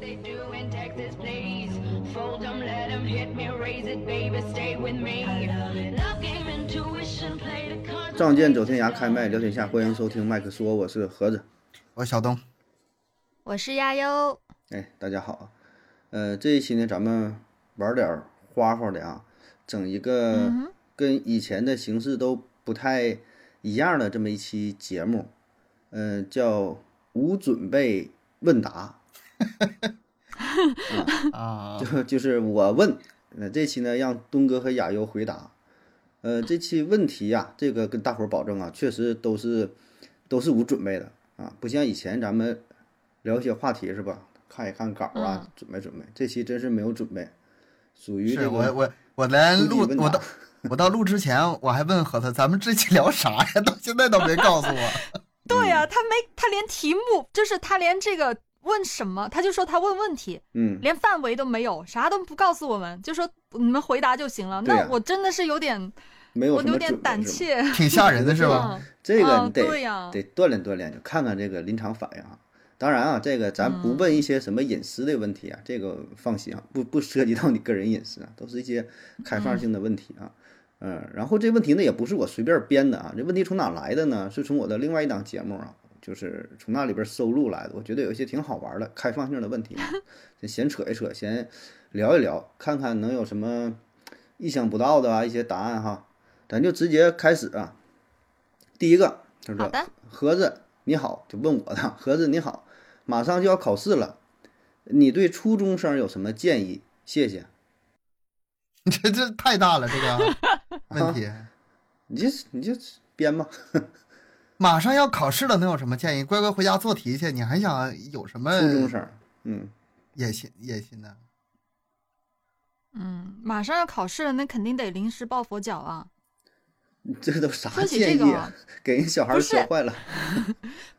they do in Texas, please. Fold 'em, let 'em hit me, raise it, baby, stay with me. Love game, intuition, play the card. 仗剑走天涯，开麦聊天下，欢迎收听麦克说，我是盒子。我小东，我是亚优，哎，大家好啊。呃，这一期呢，咱们玩点儿花花的啊，整一个跟以前的形式都不太一样的这么一期节目，嗯、叫无准备问答，啊，就就是我问，那这期呢让东哥和亚优回答。呃，这期问题呀、这个跟大伙儿保证啊，确实都是都是无准备的啊，不像以前咱们聊一些话题是吧？看一看稿啊，嗯准备准备。这期真是没有准备，属于这是个我我我连突击问录答我到我到录之前我还问何子，咱们这期聊啥呀？到现在都没告诉 我。对呀、嗯他没，他连题目，就是他连这个问什么，他就说他问问题，嗯，连范围都没有，啥都不告诉我们，就说你们回答就行了。对呀那我真的是有点，没有我什么准有点胆备是吧。怯。挺吓人的是吧？嗯，这个你嗯得、对呀得锻炼锻炼，就看看这个临场反应啊。当然啊，这个咱嗯不问一些什么隐私的问题啊，这个放心啊，不不涉及到你个人隐私啊，都是一些开放性的问题啊。嗯、然后这问题呢也不是我随便编的啊，这问题从哪来的呢？是从我的另外一档节目啊，就是从那里边收录来的。我觉得有一些挺好玩的开放性的问 题、啊，就闲扯一扯，闲聊一聊，看看能有什么意想不到的啊一些答案哈。咱就直接开始啊。第一个，他好说的，盒子你好，就问我的盒子你好，马上就要考试了，你对初中生有什么建议？谢谢。这这太大了，这 个问题。你就你就编吧，马上要考试了，能有什么建议？乖乖回家做题去。你还想有什么初中生，嗯，野心野心呢？嗯，马上要考试了，那肯定得临时抱佛脚啊。这都啥说起建这议个啊啊？给人小孩不是学坏了，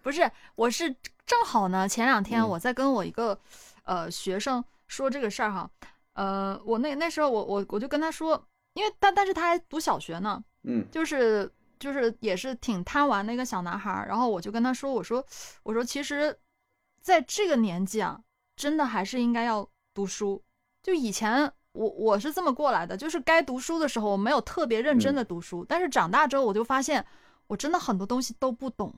不是，我是正好呢，前两天嗯我在跟我一个、呃学生说这个事儿哈，呃，我那那时候我我我就跟他说，因为但但是他还读小学呢，嗯就是就是也是挺贪玩的一个小男孩儿，然后我就跟他说，我说我说其实在这个年纪啊，真的还是应该要读书。就以前我我是这么过来的，就是该读书的时候我没有特别认真的读书，但是长大之后我就发现我真的很多东西都不懂，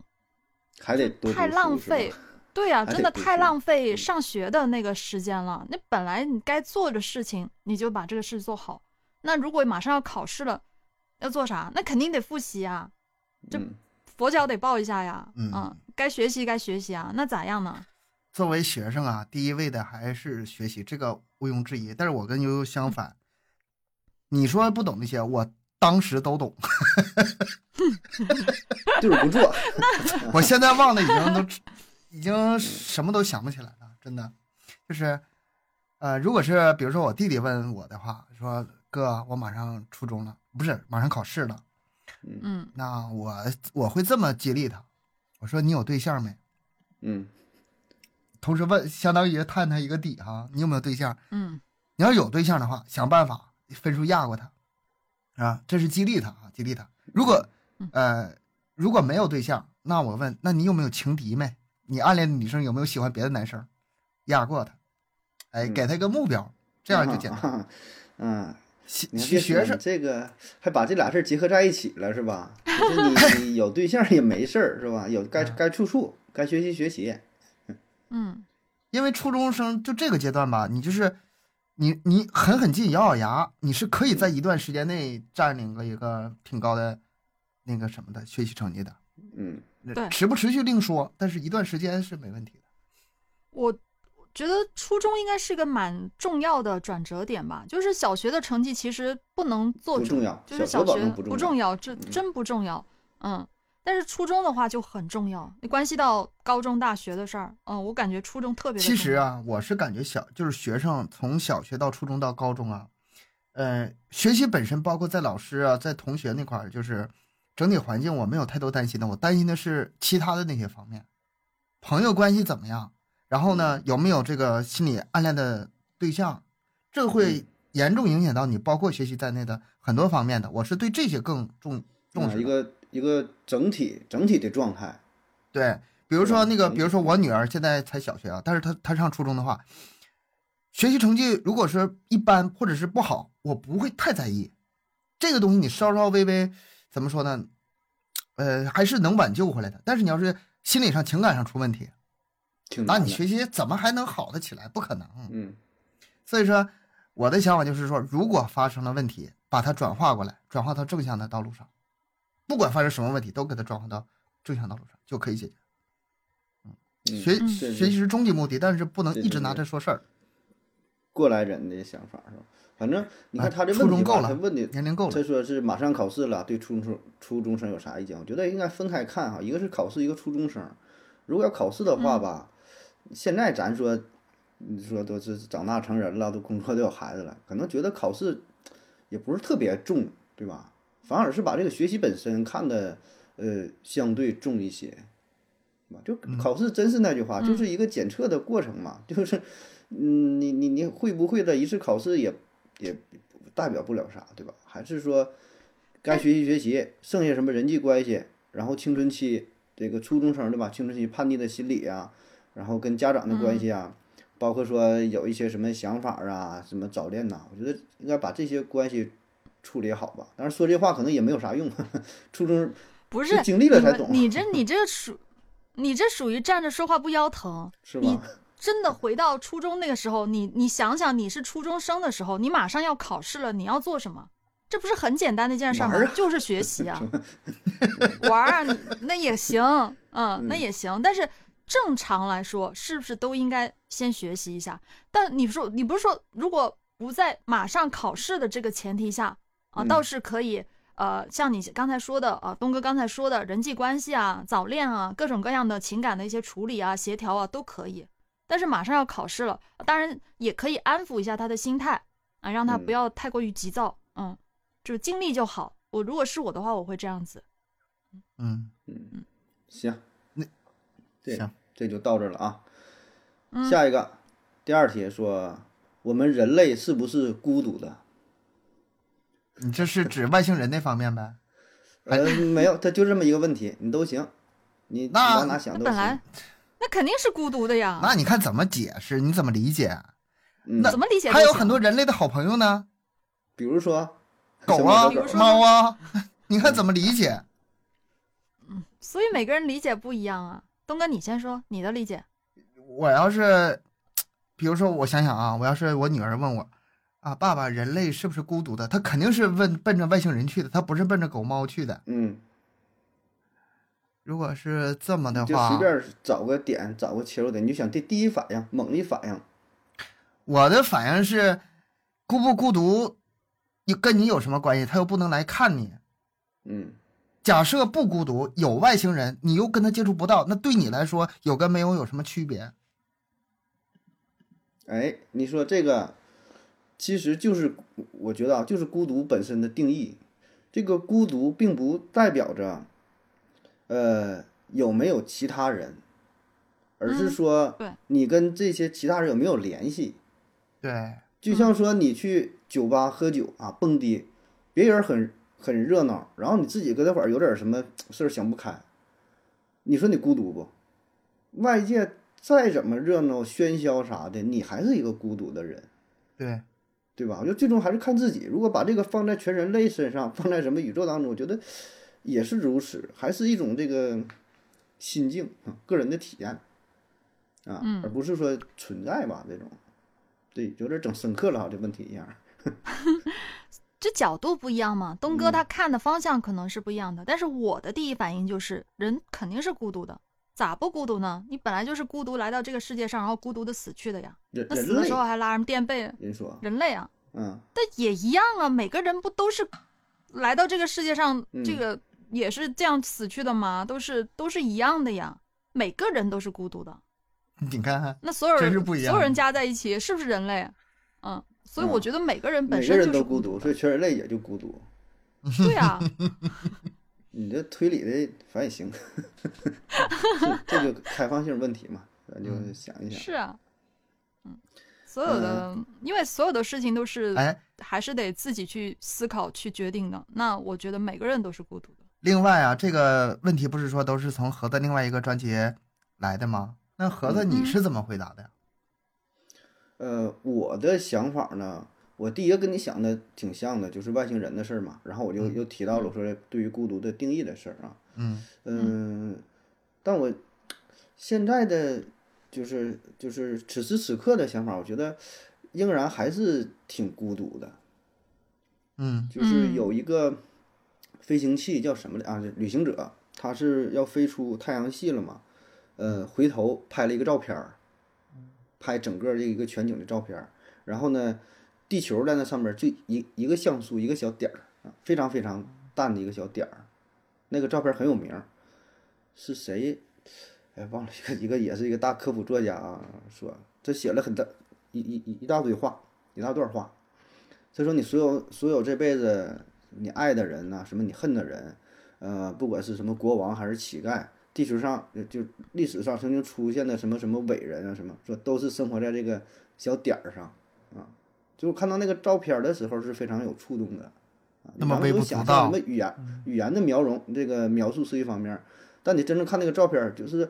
还得多太读书浪是吧费。啊对呀、还得真的读太书浪费嗯上学的那个时间了。那本来你该做的事情，你就把这个事做好。那如果马上要考试了，要做啥？那肯定得复习啊，这嗯佛脚得抱一下呀。啊嗯该学习该学习啊。那咋样呢？作为学生啊，第一位的还是学习，这个毋庸置疑。但是我跟悠悠相反，你说不懂那些，我当时都懂，就是不 做，我现在忘的已经都 已经什么都想不起来了，真的。就是，呃，如果是比如说我弟弟问我的话，说哥，我马上初中了，不是马上考试了，嗯，那我我会这么激励他，我说你有对象没？嗯同时问，相当于探他一个底哈，你有没有对象？嗯你要有对象的话，想办法分数压过他，啊，这是激励他啊，激励他。如果呃如果没有对象，那我问，那你有没有情敌没？你暗恋的女生有没有喜欢别的男生？压过他，哎，嗯给他一个目标，这样就简单。单。 嗯，学你还别说学生你这个还把这俩事儿结合在一起了是吧？就是 你你有对象也没事儿是吧？有该嗯该处处，该学习学习。嗯因为初中生就这个阶段吧，你就是你你狠狠劲咬咬牙，你是可以在一段时间内占领个一个挺高的那个什么的学习成绩的。嗯，对持不持续另说，但是一段时间是没问题的。我觉得初中应该是个蛮重要的转折点吧。就是小学的成绩其实不能做不主，重要，就是小学保小学证不重重要，这真不重要。嗯，但是初中的话就很重要，那关系到高中、大学的事儿。嗯，我感觉初中特别的其实重要，啊，我是感觉小就是学生从小学到初中到高中啊，呃，学习本身包括在老师啊，在同学那块儿，就是整体环境我没有太多担心的，我担心的是其他的那些方面，朋友关系怎么样，然后呢有没有这个心里暗恋的对象，这会严重影响到你，包括学习在内的很多方面的。我是对这些更重重啊视的一个一个整体整体的状态。对，比比如说那个，对比如说我女儿现在才小学啊，但是她她上初中的话，学习成绩如果是一般或者是不好，我不会太在意。这个东西你稍稍微微怎么说呢？呃，还是能挽救回来的。但是你要是心理上、情感上出问题，挺那难你的学习怎么还能好的起来？不可能。嗯所以说，我的想法就是说，如果发生了问题，把它转化过来，转化到正向的道路上，不管发生什么问题，都给它转化到正向道路上，就可以解决。嗯学嗯是学习是是终极目的，但是不能对一对直拿对着说事儿。过来人的想法是吧？反正你啊看他这初问中题够吧，了他问的年龄够了他说是马上考试了，对初中生初中生有啥意见？我觉得应该分开看哈，一个是考试，一个初中生。如果要考试的话嗯吧，现在咱说，你说都是长大成人了，都工作都有孩子了，可能觉得考试也不是特别重，对吧？反而是把这个学习本身看得呃相对重一些，对吧？就嗯考试真是那句话，就是一个检测的过程嘛，就是嗯，你你你会不会的一次考试也也代表不了啥，对吧？还是说该学习学习，剩下什么人际关系，然后青春期这个初中生对吧？青春期叛逆的心理啊，然后跟家长的关系啊，包括说有一些什么想法啊，什么早恋呐、我觉得应该把这些关系处理好吧。当然说这话可能也没有啥用， 初中不是是经历了你才们懂你这你这属，你这属于站着说话不腰疼。是你吧？真的回到初中那个时候，你你想想，你是初中生的时候，你马上要考试了，你要做什么？这不是很简单的一件事儿吗玩儿啊？就是学 习啊，玩儿啊，你那也行，嗯，那也行。但是正常来说，是不是都应该先学习一下？但你说，你不是说，如果不在马上考试的这个前提下啊，嗯倒是可以。呃，像你刚才说的啊，东哥刚才说的人际关系啊、早恋啊、各种各样的情感的一些处理啊、协调啊，都可以。但是马上要考试了，当然也可以安抚一下他的心态啊，让他嗯不要太过于急躁，嗯就尽力就好。我如果是我的话，我会这样子。嗯，行，那对行，这就到这儿了啊。嗯下一个第二题说，我们人类是不是孤独的？你这是指外星人那方面呗？呃，没有，他就这么一个问题，你都行，你你那往哪想那都本行来。那肯定是孤独的呀，那你看怎么解释？你怎么理解？啊嗯，怎么理解？还有很多，人类的好朋友呢，比如说狗小啊猫和比狗如说猫啊， 你看怎么理解？所以每个人理解不一样啊。东哥，你先说你的理解。我要是，比如说我想想啊，我要是我女儿问我，啊，爸爸，人类是不是孤独的？她肯定是问奔着外星人去的，她不是奔着狗猫去的。嗯，如果是这么的就话随，便找个点，找个切入点，你就想这第一反应，猛一反应，我的反应是，孤不孤独，你跟你有什么关系？他又不能来看你。嗯，假设不孤独，有外星人，你又跟他接触不到，那对你来说有跟没有有什么区别？哎，你说这个其实就是我觉得啊，就是孤独本身的定义。这个孤独并不代表着，呃，有没有其他人，而是嗯说对你跟这些其他人有没有联系。对，就像说你去酒吧喝酒啊，蹦迪，别人很很热闹，然后你自己搁那会儿有点什么事儿想不开，你说你孤独不？外界再怎么热闹喧嚣啥的，你还是一个孤独的人，对，对吧？我觉得最终还是看自己。如果把这个放在全人类身上，放在什么宇宙当中，我觉得也是如此，还是一种这个心境、啊个人的体验啊，嗯而不是说存在吧这种。对，有点整深刻了哈，这问题一样。这角度不一样嘛，东哥嗯他看的方向可能是不一样的，但是我的第一反应就是，人肯定是孤独的，咋不孤独呢？你本来就是孤独来到这个世界上，然后孤独的死去的呀。人那人死的类时候还拉人垫背，人说，人类啊，嗯，但也一样啊，每个人不都是来到这个世界上，嗯这个也是这样死去的吗？都是都是一样的呀，每个人都是孤独的。你看，那所有真人是不一样所有人加在一起是不是人类？嗯，所以我嗯觉得每个人本每个身人就是都孤独，所以全人类也就孤独。独，对 啊，你这推理的反正也行， 这这就开放性问题嘛，咱就想一想。是啊，嗯，所有的，因为所有的事情都是哎，还是得自己去思考去决定的。那我觉得每个人都是孤独的，另外啊，这个问题不是说都是从盒子另外一个专辑来的吗？那盒子你是怎么回答的呀？呃，我的想法呢，我第一个跟你想的挺像的，就是外星人的事儿嘛。然后我就又提到了我说对于孤独的定义的事儿啊。嗯嗯，但我现在的就是就是此时此刻的想法，我觉得仍然还是挺孤独的。嗯就是嗯有一个飞行器叫什么的啊，旅行者，他是要飞出太阳系了嘛，呃，回头拍了一个照片儿，拍整个这一个全景的照片儿，然后呢，地球在那上面儿就一一个像素一个小点儿啊，非常非常淡的一个小点儿，那个照片儿很有名儿，是谁？哎，忘了一个一个也是一个大科普作家啊，说这写了很大一一一一大堆话，一大段话，他说你所有所有这辈子你爱的人呐、什么你恨的人，呃，不管是什么国王还是乞丐，地球上呃就历史上曾经出现的什么什么伟人啊，什么说都是生活在这个小点儿上啊。就是看到那个照片儿的时候是非常有触动的，啊，那么咱微们都不足想道象什嗯么语言语言的描容这个描述是一方面儿，但你真正看那个照片儿，就是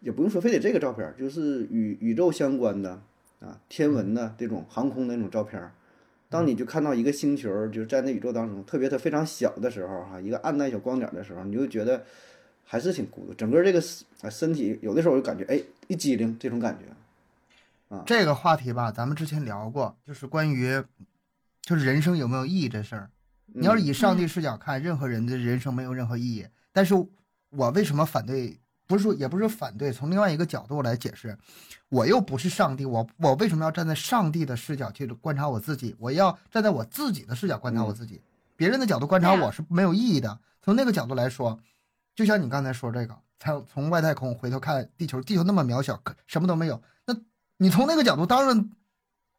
也不用说非得这个照片儿，就是与宇宙相关的啊天文的这种航空的那种照片儿，当你就看到一个星球，就是在那宇宙当中，特别它非常小的时候，哈，一个暗淡小光点的时候，你就觉得还是挺孤独。整个这个身啊身体，有的时候就感觉哎一激灵这种感觉。这个话题吧，咱们之前聊过，就是关于就是人生有没有意义这事儿。嗯你要是以上帝嗯视角看，任何人的人生没有任何意义。但是我为什么反对？不是说，也不是说反对，从另外一个角度来解释，我又不是上帝，我我为什么要站在上帝的视角去观察我自己？我要站在我自己的视角观嗯察我自己，别人的角度观察对啊我是没有意义的。从那个角度来说，就像你刚才说这个，从从外太空回头看地球，地球那么渺小，可什么都没有。那你从那个角度，当然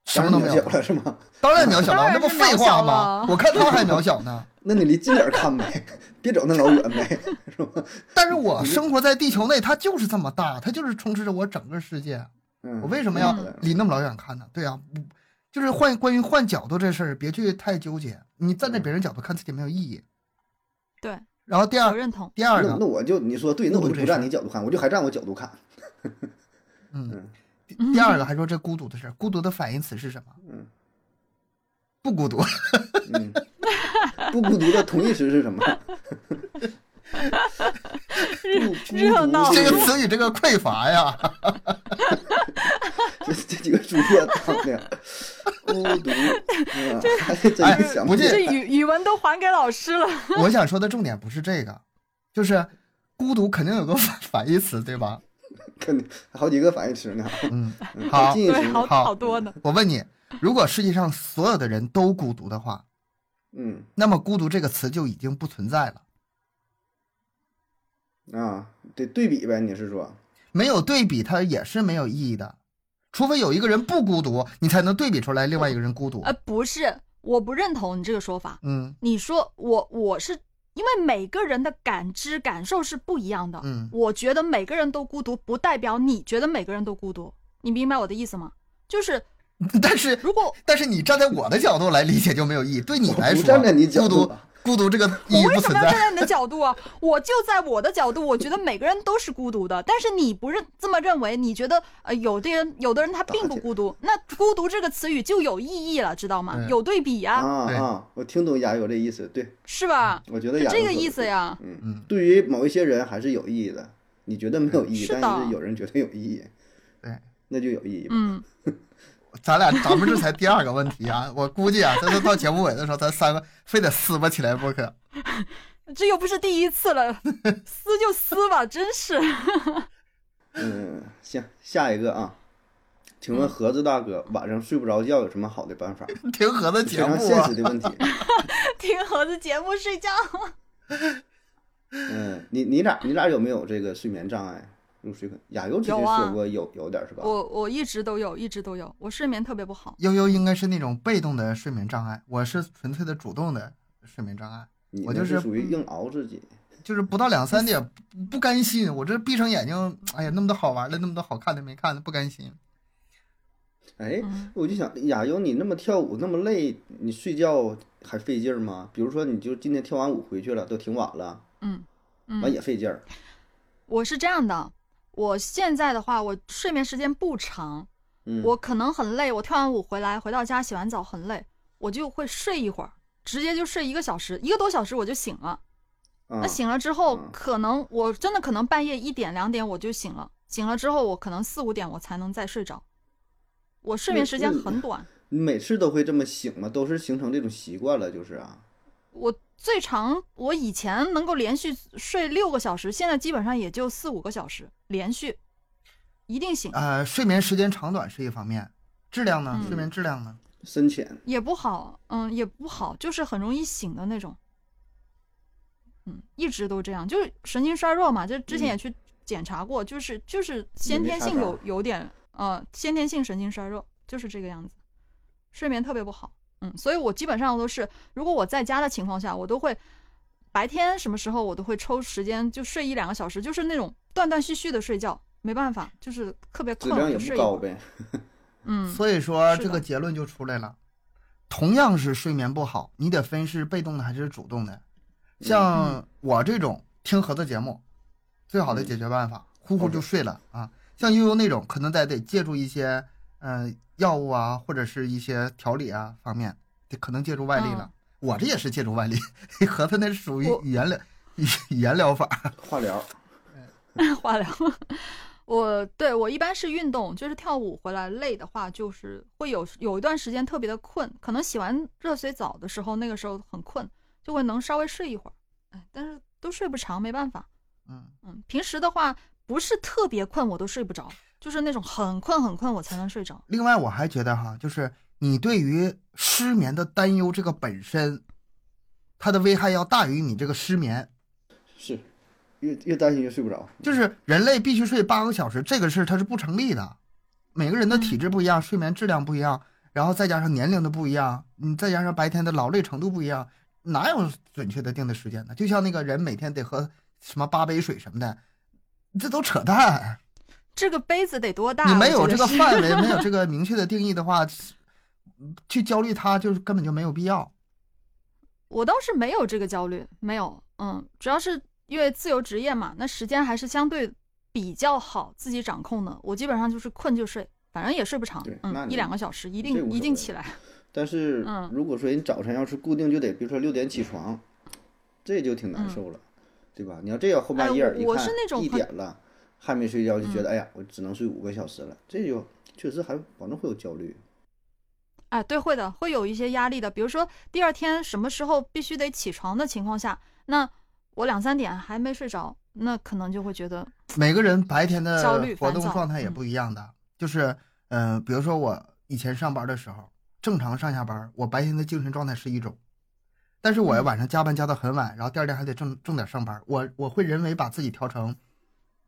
什么都没渺有小，了是吗？当然渺小了，当然那不是废渺话小吗了？我看他还渺小呢。那你离近点儿看呗，别走那老远呗，是吧？但是我生活在地球内，它就是这么大，它就是充斥着我整个世界。嗯，我为什么要嗯离那么老远看呢？对啊，不就是换关于换角度这事儿，别去太纠结。你站在别人角度看自己没有意义。对，然后第我二认同。第二那那个，我就你说对，那我就不站你角度看，我就还站我角度看。嗯，第第二个还说这孤独的事儿，孤独的反义词是什么？嗯，不孤独。嗯，不孤独的同义词是什么？ 不孤独热闹 这个词语这个匮乏呀， 这这几个主播当的，孤独， 嗯还真想不见是哎这语语文都还给老师了，我想说的重点不是这个，就是孤独肯定有个反反义词，对吧？肯定好几个反义词 呢。嗯，嗯好近义对，词，好好好多呢。我问你，如果世界上所有的人都孤独的话，嗯那么“孤独”这个词就已经不存在了。啊，得对比呗，你是啊说？没有对比，它也是没有意义的。除非有一个人不孤独，你才能对比出来另外一个人孤独呃。，不是，我不认同你这个说法。嗯你说我我是因为每个人的感知感受是不一样的。嗯我觉得每个人都孤独，不代表你觉得每个人都孤独。你明白我的意思吗？就是但是如果但是你站在我的角度来理解就没有意义。对你来我说，不站在你角孤度独吧孤独这个意我义为不什存么要站在。 在你的角度啊？我就在我的角度，我觉得每个人都是孤独的，但是你不认这么认为，你觉得呃，有的人有的人他并不孤独，那孤独这个词语就有意义了，知道吗？嗯有对比呀、啊对啊，我听懂雅友这意思，对是吧？我觉得是雅友这个说的意思对。呀。嗯嗯，对于某一些人还是有意义的。你觉得没有意义，是的但是有人觉得有意义，对，那就有意义吧。嗯，咱俩咱们这才第二个问题啊！我估计啊，咱都到节目尾的时候，咱三个非得撕巴起来不可。这又不是第一 次了，撕就撕吧，真是。嗯，行，下一个啊，请嗯问盒子大哥晚上睡不着觉有什么好的办 法？听盒子非节常目啊现实，的问题。 听盒子节目睡觉，嗯，你你俩你俩有没有这个睡眠障碍？入睡困？亚优之前有啊说过有有点是吧？我我一直都有，一直都有，我睡眠特别不好。悠悠应该是那种被动的睡眠障碍，我是纯粹的主动的睡眠障碍，你我那就是是属于硬熬自己。就是不到两三点不不甘心，我这闭上眼睛，哎呀，那么多好玩的，那么多好看的没看的，不甘心。哎嗯，我就想，亚优，你那么跳舞那么累，你睡觉还费劲儿吗？比如说，你就今天跳完舞回去了，都挺晚了，嗯，完也费劲儿。我是这样的，我现在的话，我睡眠时间不长，嗯，我可能很累，我跳完舞回来，回到家洗完澡很累，我就会睡一会儿，直接就睡一个小时，一个多小时我就醒了。啊那醒了之后嗯，可能我真的可能半夜一点两点我就醒了，醒了之后我可能四五点我才能再睡着，我睡眠时间很短，你每次都会这么醒吗？都是形成这种习惯了，就是啊，我最长我以前能够连续睡六个小时，现在基本上也就四五个小时连续，一定醒呃，睡眠时间长短是一方面，质量呢？嗯睡眠质量呢？深浅。也不好，嗯，也不好，就是很容易醒的那种，嗯，一直都这样，就是神经衰弱嘛，就之嗯前也去检查过，就是就是先天性啥有法有点呃先天性神经衰弱就是这个样子，睡眠特别不好，嗯，所以我基本上都是如果我在家的情况下，我都会白天什么时候我都会抽时间就睡一两个小时，就是那种断断续续的睡觉，没办法，就是特别质困量我也就不睡一会高儿，呗。嗯，所以说是的这个结论就出来了。同样是睡眠不好，你得分是被动的还是主动嗯的。像我这种听盒子节目，最嗯好的解决办法，呼呼就睡了啊。像悠悠那种，可能得得借助一些嗯、呃药物啊，或者是一些调理啊方面，得可能借助外力了。我这也是借助外力， 盒子那是属于啊我语言 疗语语言疗法。化疗，化疗。 我对我一般是运动，就是跳舞回来累的话，就是会有有一段时间特别的困，可能洗完热水澡的时候，那个时候很困，就会能稍微睡一会儿，哎，但是都睡不长，没办法。嗯，嗯，平时的话不是特别困，我都睡不着，就是那种很困很困，我才能睡着。另外，我还觉得哈，就是你对于失眠的担忧，这个本身，它的危害要大于你这个失眠。是，越越担心越睡不着。就是人类必须睡八个小时，这个事儿它是不成立的。每个人的体质不一样，睡眠质量不一样，然后再加上年龄的不一样，你再加上白天的劳累程度不一样，哪有准确的定的时间呢？就像那个人每天得喝什么八杯水什么的，这都扯淡。这个杯子得多大？啊你没我有觉这得个是 范围，没有这个明确的定义的话，去焦虑它就是根本就没有必要。我倒是没有这个焦虑，没有，嗯，主要是因为自由职业嘛，那时间还是相对比较好自己掌控的。我基本上就是困就睡，反正也睡不长对，那嗯，你一两个小时，一这无定所一定谓起来。但是嗯如果说你早晨要是固定就得，比如说六点起床，这就挺难受了，对吧？你要这要后半夜嗯哎儿一我看是那种嗯一很点了还没睡觉，就觉得、哎呀，我只能睡五个小时了，这就确实还保证会有焦虑。哎，对，会的，会有一些压力的。比如说第二天什么时候必须得起床的情况下，那我两三点还没睡着，那可能就会觉得，每个人白天焦的虑活烦动躁状态也嗯不一样的，就是嗯、呃比如说我以前上班的时候，正常上下班，我白天的精神状态是一种，但是我嗯晚上加班加到很晚，然后第二天还得正重点上班，我我会人为把自己调成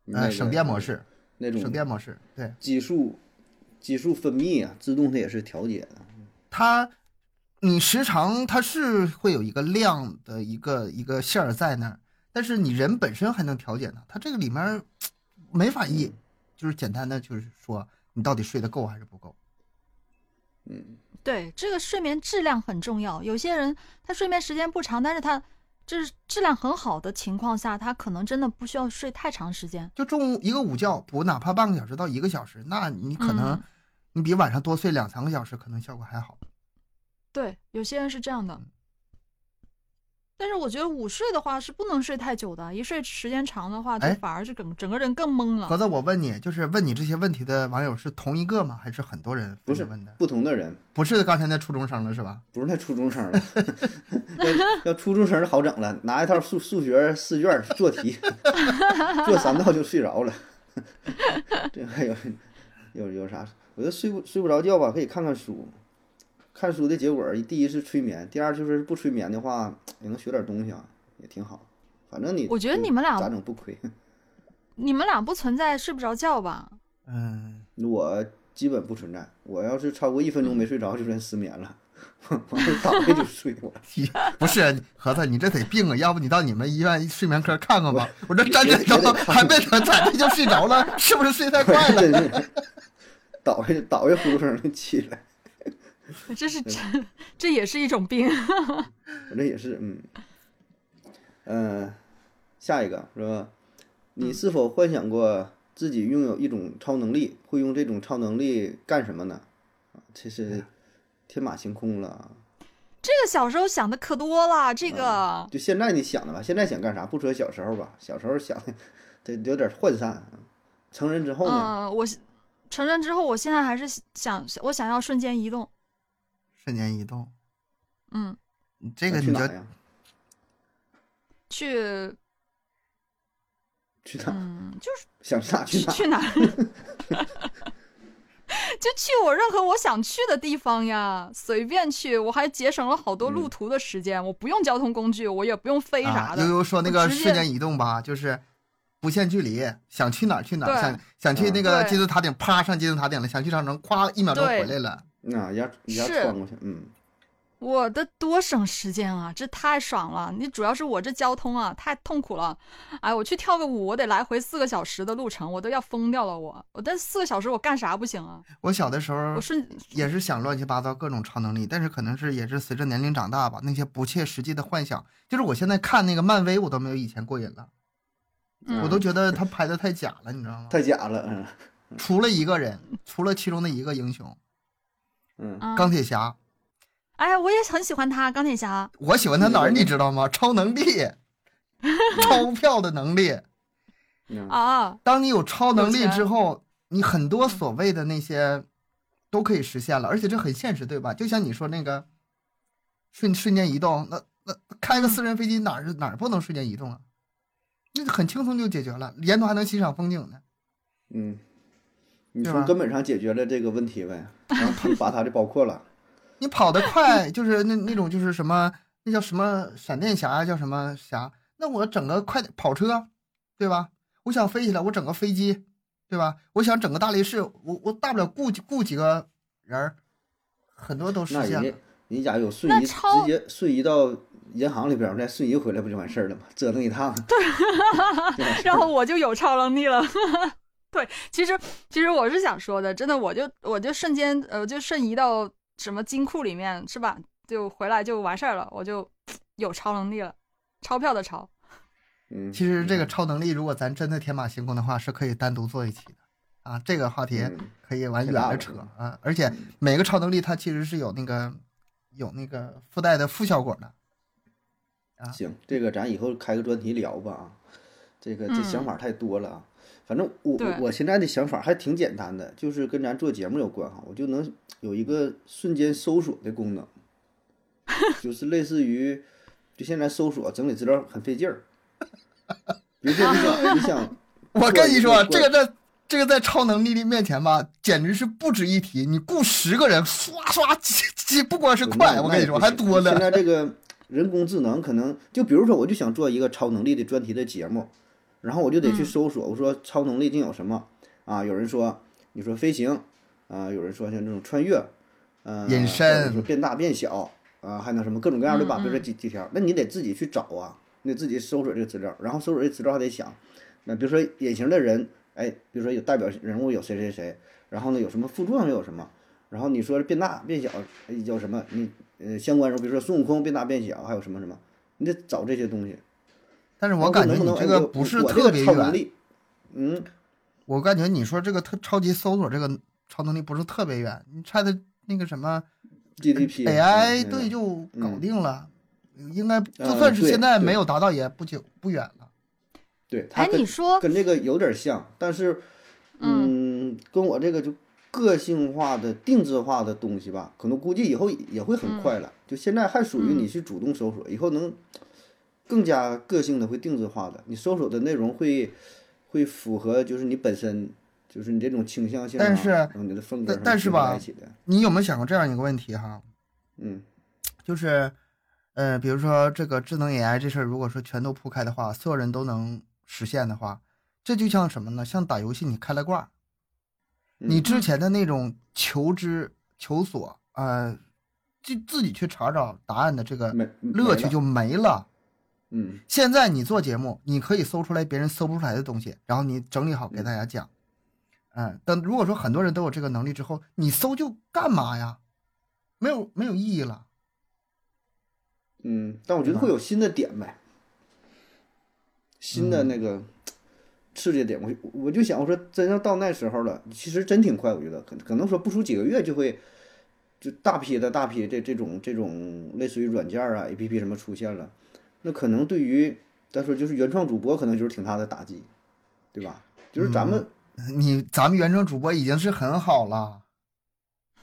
那呃个省电模式，那种省电模式，对。激素激素分泌啊，自动它也是调节的。它，你时长它是会有一个量的一个一个线儿在那儿，但是你人本身还能调节呢。它这个里面儿没法一，就是简单的就是说你到底睡得够还是不够。嗯，对这个睡眠质量很重要。有些人他睡眠时间不长，但是他就是质量很好的情况下，他可能真的不需要睡太长时间。就中午一个午觉补，哪怕半个小时到一个小时，那你可能嗯你比晚上多睡两三个小时，可能效果还好。对，有些人是这样的。但是我觉得午睡的话是不能睡太久的，一睡时间长的话，就哎反而是整整个人更懵了盒。子，我问你，就是问你这些问题的网友是同一个吗？还是很多人不分是着问的？不同的人，不是刚才那初中生了是吧？不是那初中生了， 要要初中生儿好整了，拿一套数数学试卷儿做题， 做三道就睡着了。 这还有有有啥？我就睡不睡不着觉吧，可以看看书。看书的结果，第一是催眠，第二就是不催眠的话，也能学点东西啊，也挺好。反正你我觉得你们俩咋整不亏？你们俩不存在睡不着觉吧？ 嗯，我基本不存在，我要是超过一分钟没睡着，就算失眠了， 我就倒下就睡我。不是盒子，你这得病啊，要不你到你们医院睡眠科看看吧。我这沾也沾得着看还没等咋地就睡着了，是不是睡太 快了？真是 倒下倒下呼噜声就起来，这是这 这也是一种病。 我这也是，嗯，嗯呃，下一个是吧？你是否幻想过自己拥有一种超能力，会用这种超能力干什么呢？啊，这是天马行空了。啊这个小时候想的可多了，这个啊就现在你想的吧，现在想干啥？不说小时候吧，小时候想的这有点涣散。啊成人之后呢，嗯，我是成人之后，我现在还是想我想要瞬间移动，瞬间移动，嗯，你这个去你哪就啊呀？去去哪？嗯就是想去哪去去哪？去哪儿， 就去我任何我想去的地方呀，随便去，我还节省了好多路途的时间，我不用交通工具，我也不用飞啥啊，的，悠悠说那我个直接瞬间移动吧，就是不限距离，想去哪儿去哪儿，对想想去那个对金字塔顶，啪上金字塔顶了，想去长城，咵一秒钟对回来了。啊那一下一下是穿过去，嗯，我的多省时间啊，这太爽了！你主要是我这交通啊，太痛苦了。哎，我去跳个舞，我得来回四个小时的路程，我都要疯掉了我。我但四个小时我干啥不行啊？我小的时候我瞬也是想乱七八糟各种超能力，但是可能是也是随着年龄长大吧，那些不切实际的幻想，就是我现在看那个漫威，我都没有以前过瘾了，嗯我都觉得他拍的太假了，你知道吗？太假了，嗯除了一个人，除了其中的一个英雄嗯。啊，钢铁侠，哎，我也很喜欢他钢铁侠，我喜欢他嗯哪儿你知道吗？超能力，钞票的能力。嗯啊，当你有超能力有之钱嗯后，你很多所谓的那些都可以实现了，而且这很现实，对吧？就像你说那个瞬瞬间移动，那那开嗯个私人飞机哪儿哪儿不能瞬间移动啊？那很轻松就解决了，沿途还能欣赏风景呢。嗯，你对从吧根本上解决了这个问题 呗，然后他把它就包括了，你跑得快，就是那那种就是什么，那叫什么闪电侠啊，叫什么侠？那我整个快跑车，对吧？我想飞起来，我整个飞机，对吧？我想整个大力士，我我大不了雇几雇几个人儿，很多都实那现人了家。人家有瞬那移，直超接瞬移到银行里边儿，再瞬移回来不就完事儿了吗？折腾一趟， 对， 然后我就有超能力了。 对，其实其实我是想说的，真的，我就我就瞬间呃，就瞬移到什么金库里面是吧？就回来就完事儿了，我就有超能力了，钞票的钞。嗯，其实这个超能力，如果咱真的天马行空的话，是可以单独做一期的啊。这个话题嗯可以往太远大了了扯啊，而且每个超能力它其实是有那个有那个附带的负效果的。啊行，这个咱以后开个专题聊吧啊，这个这嗯想法太多了啊。反正我对我我现在的想法还挺简单的，就是跟咱做节目有关哈，我就能有一个瞬间搜索的功 能，就是类似于，就现在搜索整理资料很费劲儿。比如说你 想你想，我跟你说，对对这个在这个在超能力的面前吧，简直是不值一提。你雇十个人，刷刷几几，不光是快，那我跟你说那还也不行多现呢。在这个人工智能可能就比如说，我就想做一个超能力的专题的节目，然后我就得去搜索，我说超能力竟有什么啊？有人说你说飞行啊，有人说像这种穿越，呃，隐身或者说变大变小啊，还能什么各种各样的吧？比如说嗯几几条，那你得自己去找啊，你得自己搜索这个资料，然后搜索这资料还得想，那比如说隐形的人，哎，比如说有代表人物有谁谁谁，然后呢有什么副作用有什么，然后你说变大变小哎有什么，你呃相关人物，比如说孙悟空变大变小，还有什么什么，你得找这些东西。但是包我括感觉能不你能这哎个我不是我这特个别超能远，力，嗯，我感觉你说这个特超级搜索这个超能力不是特别远，你差的那个什么 GDP AI 嗯对就搞嗯定了，应该就呃算是对现在对没有达到也不久不远了。对，它哎，跟你说跟这个有点像，但是嗯，跟我这个就个性化的定制化的东西吧，可能估计以后也会很快了。就现在还属于你去主动搜索，以后能更加个性的会定制化的，你搜索的内容会会符合就是你本身就是你这种倾向性啊、但是然后你的风格但上但结是合在吧一起的，你有没有想过这样一个问题哈？嗯就是，呃，比如说这个智能 AI 这事儿，如果说全都铺开的话，所有人都能实现的话，这就像什么呢？像打游戏你开了挂儿，你嗯之前的那种求知求索，呃，自自己去查找答案的这个没乐趣没了就没了。嗯现在你做节目，你可以搜出来别人搜不出来的东西，然后你整理好给大家讲。嗯，等如果说很多人都有这个能力之后，你搜就干嘛呀？没有没有意义了。嗯，但我觉得会有新的点呗，新的那个刺激的点，我我就想，我说真要到那时候了，其实真挺快，我觉得可可能说不出几个月就会，就大批的大批的这这种这种类似于软件啊、A P P 什么出现了，那可能对于咱说就是原创主播，可能就是挺大的打击，对吧？就是咱们、你咱们原装主播已经是很好了，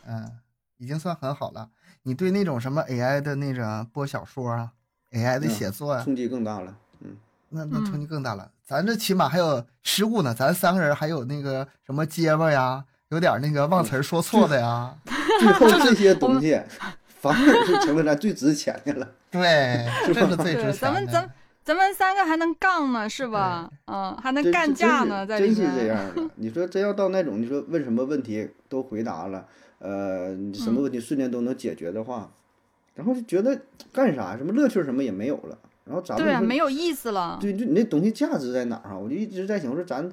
嗯，已经算很好了。你对那种什么 AI 的那种播小说啊，AI 的嗯写作啊，冲击更大了，嗯。那那冲嗯击更大了。咱这起码还有失误呢，咱三个人还有那个什么结巴呀，有点那个忘词儿说错的呀。最后这些东西反而是成了咱最值钱的了。对，这是 最值钱的。对，咱们咱们咱们三个还能杠呢，是吧？嗯，还能真干真架是呢，在真里是这面。样的。你说真要到那种，你说问什么问题都回答了，呃，你什嗯么问题瞬间都能解决的话，然后就觉得干啥，什么乐趣什么也没有了。然后咱们对啊，说没有意思了。对，就你那东西价值在哪儿啊？我就一直在想，我说咱，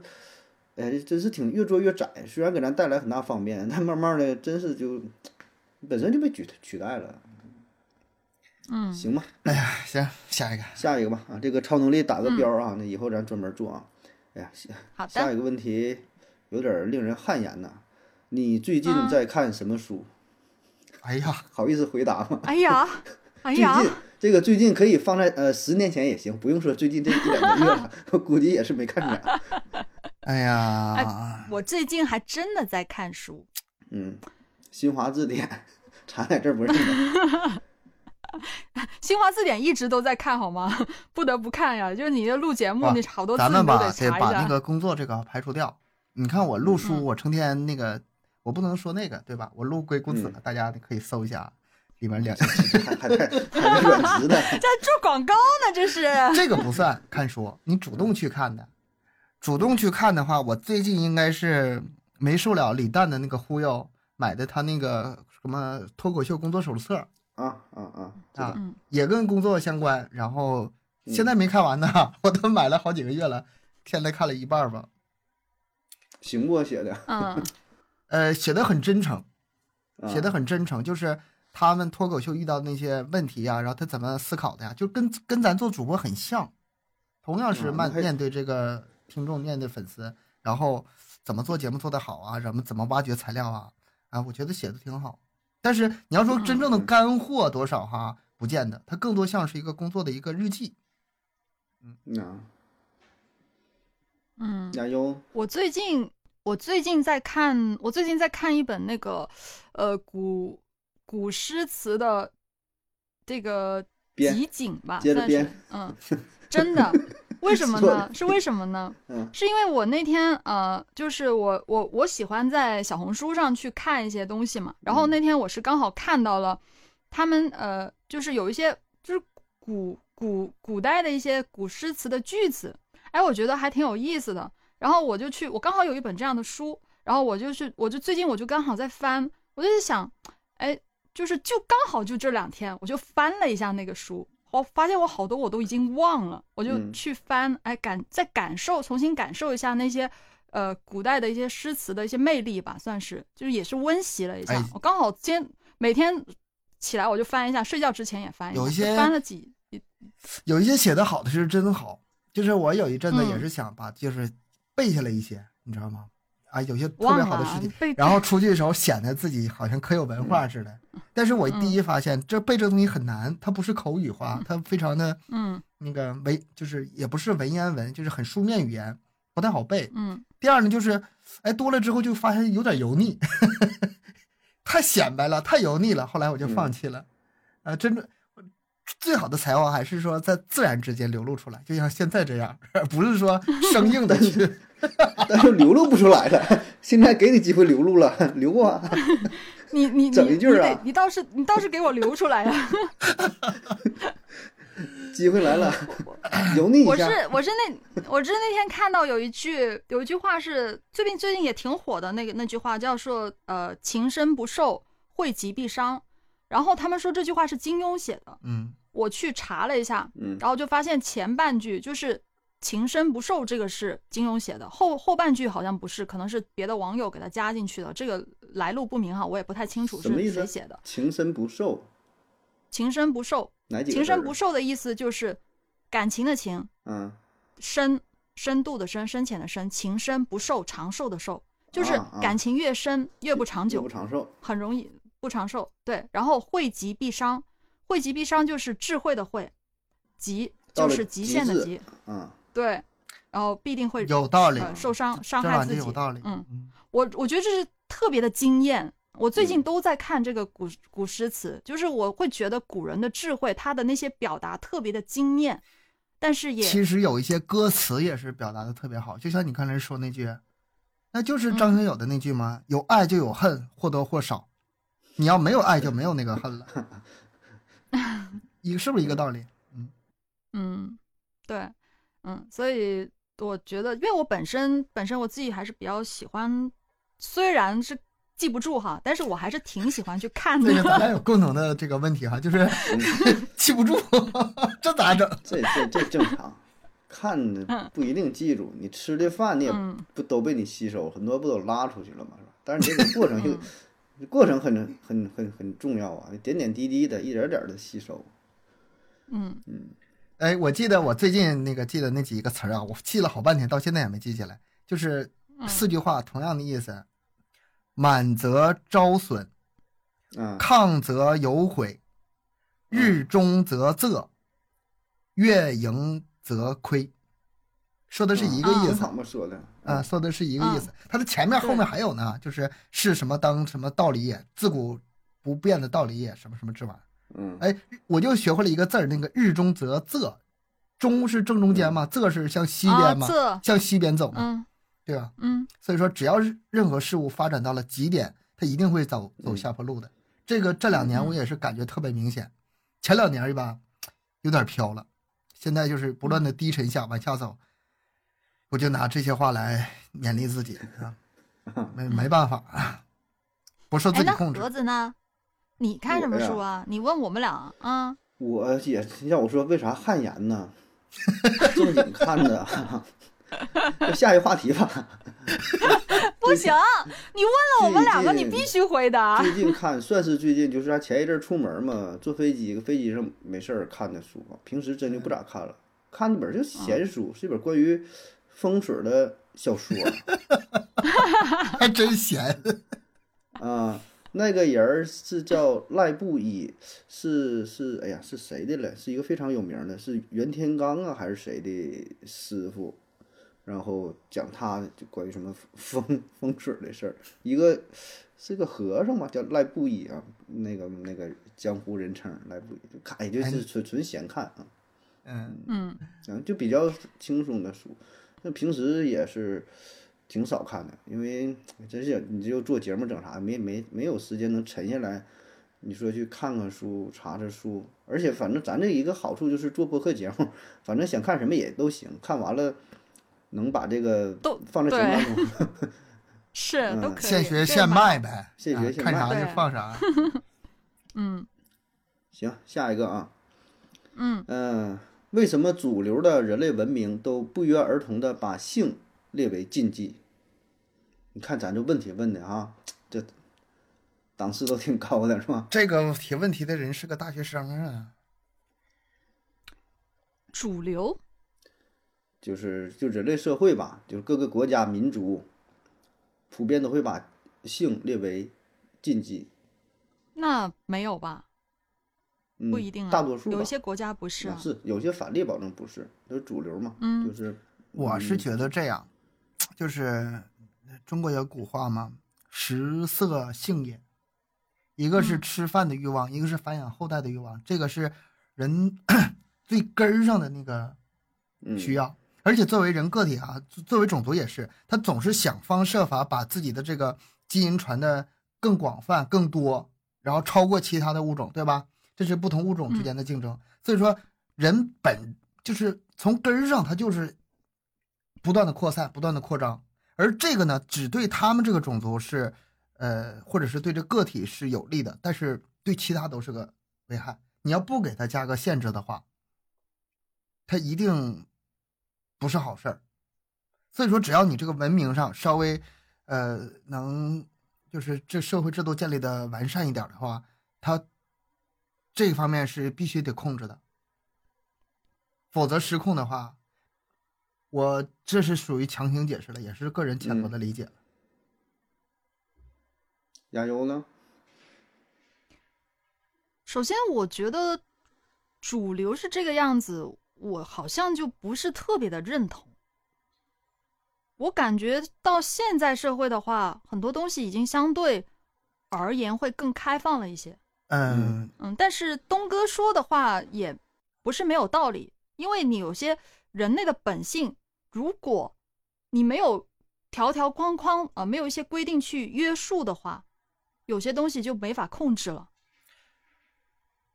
哎，真是挺越做越窄。虽然给咱带来很大方便，但慢慢的真是就本身就被取取代了。嗯，行吧，行，下一个，下一个吧啊，这个超能力打嗯个标啊，那以后咱专门做啊。哎呀，下好下的。一个问题有点儿令人汗颜呐。你最近嗯在看什么书？哎呀，好意思回答吗？哎 呀，哎最呀近，这个最近可以放在呃十年前也行，不用说最近这一两个月了， 我估计也是没看 啥。哎呀，我最近还真的在看书，嗯，新华字典查在这儿不认得。 《新华字典》一直都在看，好吗？ 不得不看呀，就是你这录节目，哇你好多字啊咱们你都吧得得查一把那下。个工作这个排除掉。你看我录书，嗯我成天那个，我不能说那个，对吧？我录归公子了，大家可以搜一下，里面两 还还还还是软直的，在做广告呢，这是。这个不算看书，你主动去看的。主动去看的话，我最近应该是没受了李诞的那个忽悠，买的他那个什么脱口秀工作手册啊啊啊！啊嗯，也跟工作相关。然后现在没看完呢， 我都买了好几个月了，现在看了一半儿吧。行不写的，嗯，呃，写的很真诚，啊写的很真诚，就是他们脱口秀遇到的那些问题呀、然后他怎么思考的呀、就跟跟咱做主播很像，同样是嗯面还面对这个听众，面对粉丝，然后怎么做节目做得好啊，怎么怎么挖掘材料啊，啊，我觉得写的挺好。但是你要说真正的嗯干货多少哈、不见得，它更多像是一个工作的一个日记。嗯啊，嗯，加油！我最近我最近在看，我最近在看一本那个，呃，古古诗词的这个编集锦吧，接着算是编，嗯， 真的，为什么呢？是为什么呢？嗯是因为我那天呃，就是我我我喜欢在小红书上去看一些东西嘛，然嗯后那天我是刚好看到了他们呃，就是有一些就是古古古代的一些古诗词的句子，哎，我觉得还挺有意思的。然后我就去，我刚好有一本这样的书，然后我就去，我就最近我就刚好在翻，我就在想，哎，就是就刚好就这两天，我就翻了一下那个书，我发现我好多我都已经忘了，我就嗯去翻，哎，感再感受，重新感受一下那些。呃，古代的一些诗词的一些魅力吧，算是就是也是温习了一下。哎我刚好今天每天起来我就翻一下，睡觉之前也翻一下，有一就些翻了几有一些写的好的是真好，就是我有一阵子也嗯是想把就是背下来一些，你知道吗？啊，有些特忘别了好的诗啊情，被然后出去的时候显得自己好像可有文化似的。但是我第一发现，这背这东西很难，它不是口语化，它非常的嗯那个文，就是也不是文言文，就是很书面语言，不太好背。嗯第二呢，就是哎多了之后就发现有点油腻， 太显摆了，太油腻了。后来我就嗯放弃了。啊，真正最好的才华还是说在自然之间流露出来，就像现在这样， 不是说生硬的去。 但是流露不出来了， 现在给你机会流露了，流啊！你你整一句儿啊你得你倒是你倒是给我留出 来呀、机会来了， 油腻嗯我一是下。我是那我是那天看到有一句有一句话是最近最近也挺火的那个那句话叫说呃情深不寿惠及必伤，然后他们说这句话是金庸写的，嗯，我去查了一下，嗯然后就发现前半句就是“情深不寿”这个是金庸写的，后后半句好像不是，可能是别的网友给他加进去的，这个来路不明哈，我也不太清楚什么意是思谁写的。情深不寿， “情深不寿”，哪几个？情深不。寿的意思就是感情的情，嗯深深度的深，深浅的深，情深不寿，长寿的寿，就是啊啊感情越深越不长久久不，长寿。很容易不长寿。对，然后惠及必伤，惠及必伤就是智慧的惠，极到就了是极限的致极，啊，对，然后必定会有道理，呃受伤伤这害玩自的己。有道理。嗯，嗯，我我觉得这是特别的惊艳。我最近嗯都在看这个古古诗词，就是我会觉得古人的智慧，他的那些表达特别的惊艳，但是也其实有一些歌词也是表达的特别好，就像你刚才说那句，那就是张学友的那句吗？有爱就有恨，或多或少。你要没有爱就没有那个恨了，一个是不是一个道理？嗯，对，嗯，所以我觉得，因为我本身本身我自己还是比较喜欢，虽然是记不住哈，但是我还是挺喜欢去看这个咱的。俩有共同的这个问题哈，就是 记不住，这咋整？这这这正 常，看的不一定记住，你吃的饭你也嗯不都被你吸收，很多不都拉出去了嘛，是吧？但是你这个过程就、嗯 过程很很很很重要啊，点点滴滴的，一点点的吸收。 嗯哎，我记得我最近那个记得那几个词儿啊，我记了好半天，到现在也没记下来。就是四句话，同样的意思：满则招损，啊，亢则有悔，日嗯中则仄，月盈则亏。说嗯的是一个意挺啊思好嘛说的啊，，说的是一个意思。它的前面后面还有呢，就是是什么当什么道理也，自古不变的道理也，什么什么之玩意儿。嗯，哎，我就学会了一个字儿，那个日中则仄，中是正中间嘛，仄是向西嗯啊，边嘛，这，向西边走嘛，嗯对吧？嗯所以说，只要是任何事物发展到了极点，它一定会走走嗯下坡路的。这个嗯这两年我也是感觉特别明显，前两年儿吧，有点飘了，现在就是嗯不断的低沉下往下走，我就拿这些话来勉励自己啊，没没办法啊，不受哎，自己那控制盒。子呢？你看什么我呀书啊？你问我们俩啊、嗯我也要我说为啥汗颜呢？正经看的，就下一个话题吧。不行，你问了我们两个，最近你必须回答。最近看算是最近，就是他前一阵儿出门嘛，坐飞机，飞机上没事儿看的书啊，平时真就不咋看了。看一本就闲书，是一本关于风水的小说还真闲， 啊。那个人儿是叫赖布衣，是是，哎呀，是谁的了？是一个非常有名的，是袁天罡啊，还是谁的师傅？然后讲他就关于什么风风水的事儿，一个是个和尚嘛，叫赖布衣啊，那个那个江湖人称赖布衣，就看也就哎是纯纯闲看啊，嗯。 嗯嗯，就比较轻松的书，那平时也是挺少看的，因为真是你就做节目整啥，没没没有时间能沉下来，你说去看看书、查查书，而且反正咱这一个好处就是做播客节目，反正想看什么也都行，看完了能把这个都放在节目当中，是都可以现学这现个嘛卖呗，嗯现学现啊看 卖啥对就放啥。嗯行，下一个啊，嗯嗯，为什么主流的人类文明都不约而同的把性列为禁忌？你看咱这问题问的啊，这档次都挺高的，是吧？这个提问题的人是个大学生啊，主流就是就人类社会吧，就是各个国家民族普遍都会把性列为禁忌，那没有吧？嗯，不一定啊，大多数吧有一些国家不是啊啊。是有些反例保证不是，就是主流嘛，嗯就是我是觉得这样，就是中国有古话嘛，“食色性也”，一个是嗯吃饭的欲望，一个是繁衍后代的欲望，这个是人 最根儿上的那个嗯需要。而且作为人个体啊，作作为种族也是，他总是想方设法把自己的这个基因传的更广泛、更多，然后超过其他的物种，对吧？这是不同物种之间的竞争。所以说，人本就是从根儿上，它就是不断的扩散、不断的扩张。而这个呢，只对他们这个种族是，呃，或者是对这个体是有利的，但是对其他都是个危害。你要不给他加个限制的话，它一定不是好事儿。所以说，只要你这个文明上稍微，呃，能就是这社会制度建立的完善一点儿的话，它这方面是必须得控制的，否则失控的话，我这是属于强行解释了，也是个人浅薄的理解。亚优呢？首先，我觉得主流是这个样子，我好像就不是特别的认同。我感觉到现在社会的话，很多东西已经相对而言会更开放了一些。嗯，嗯，但是东哥说的话也不是没有道理，因为你有些人类的本性，如果你没有条条框框啊、呃没有一些规定去约束的话，有些东西就没法控制了。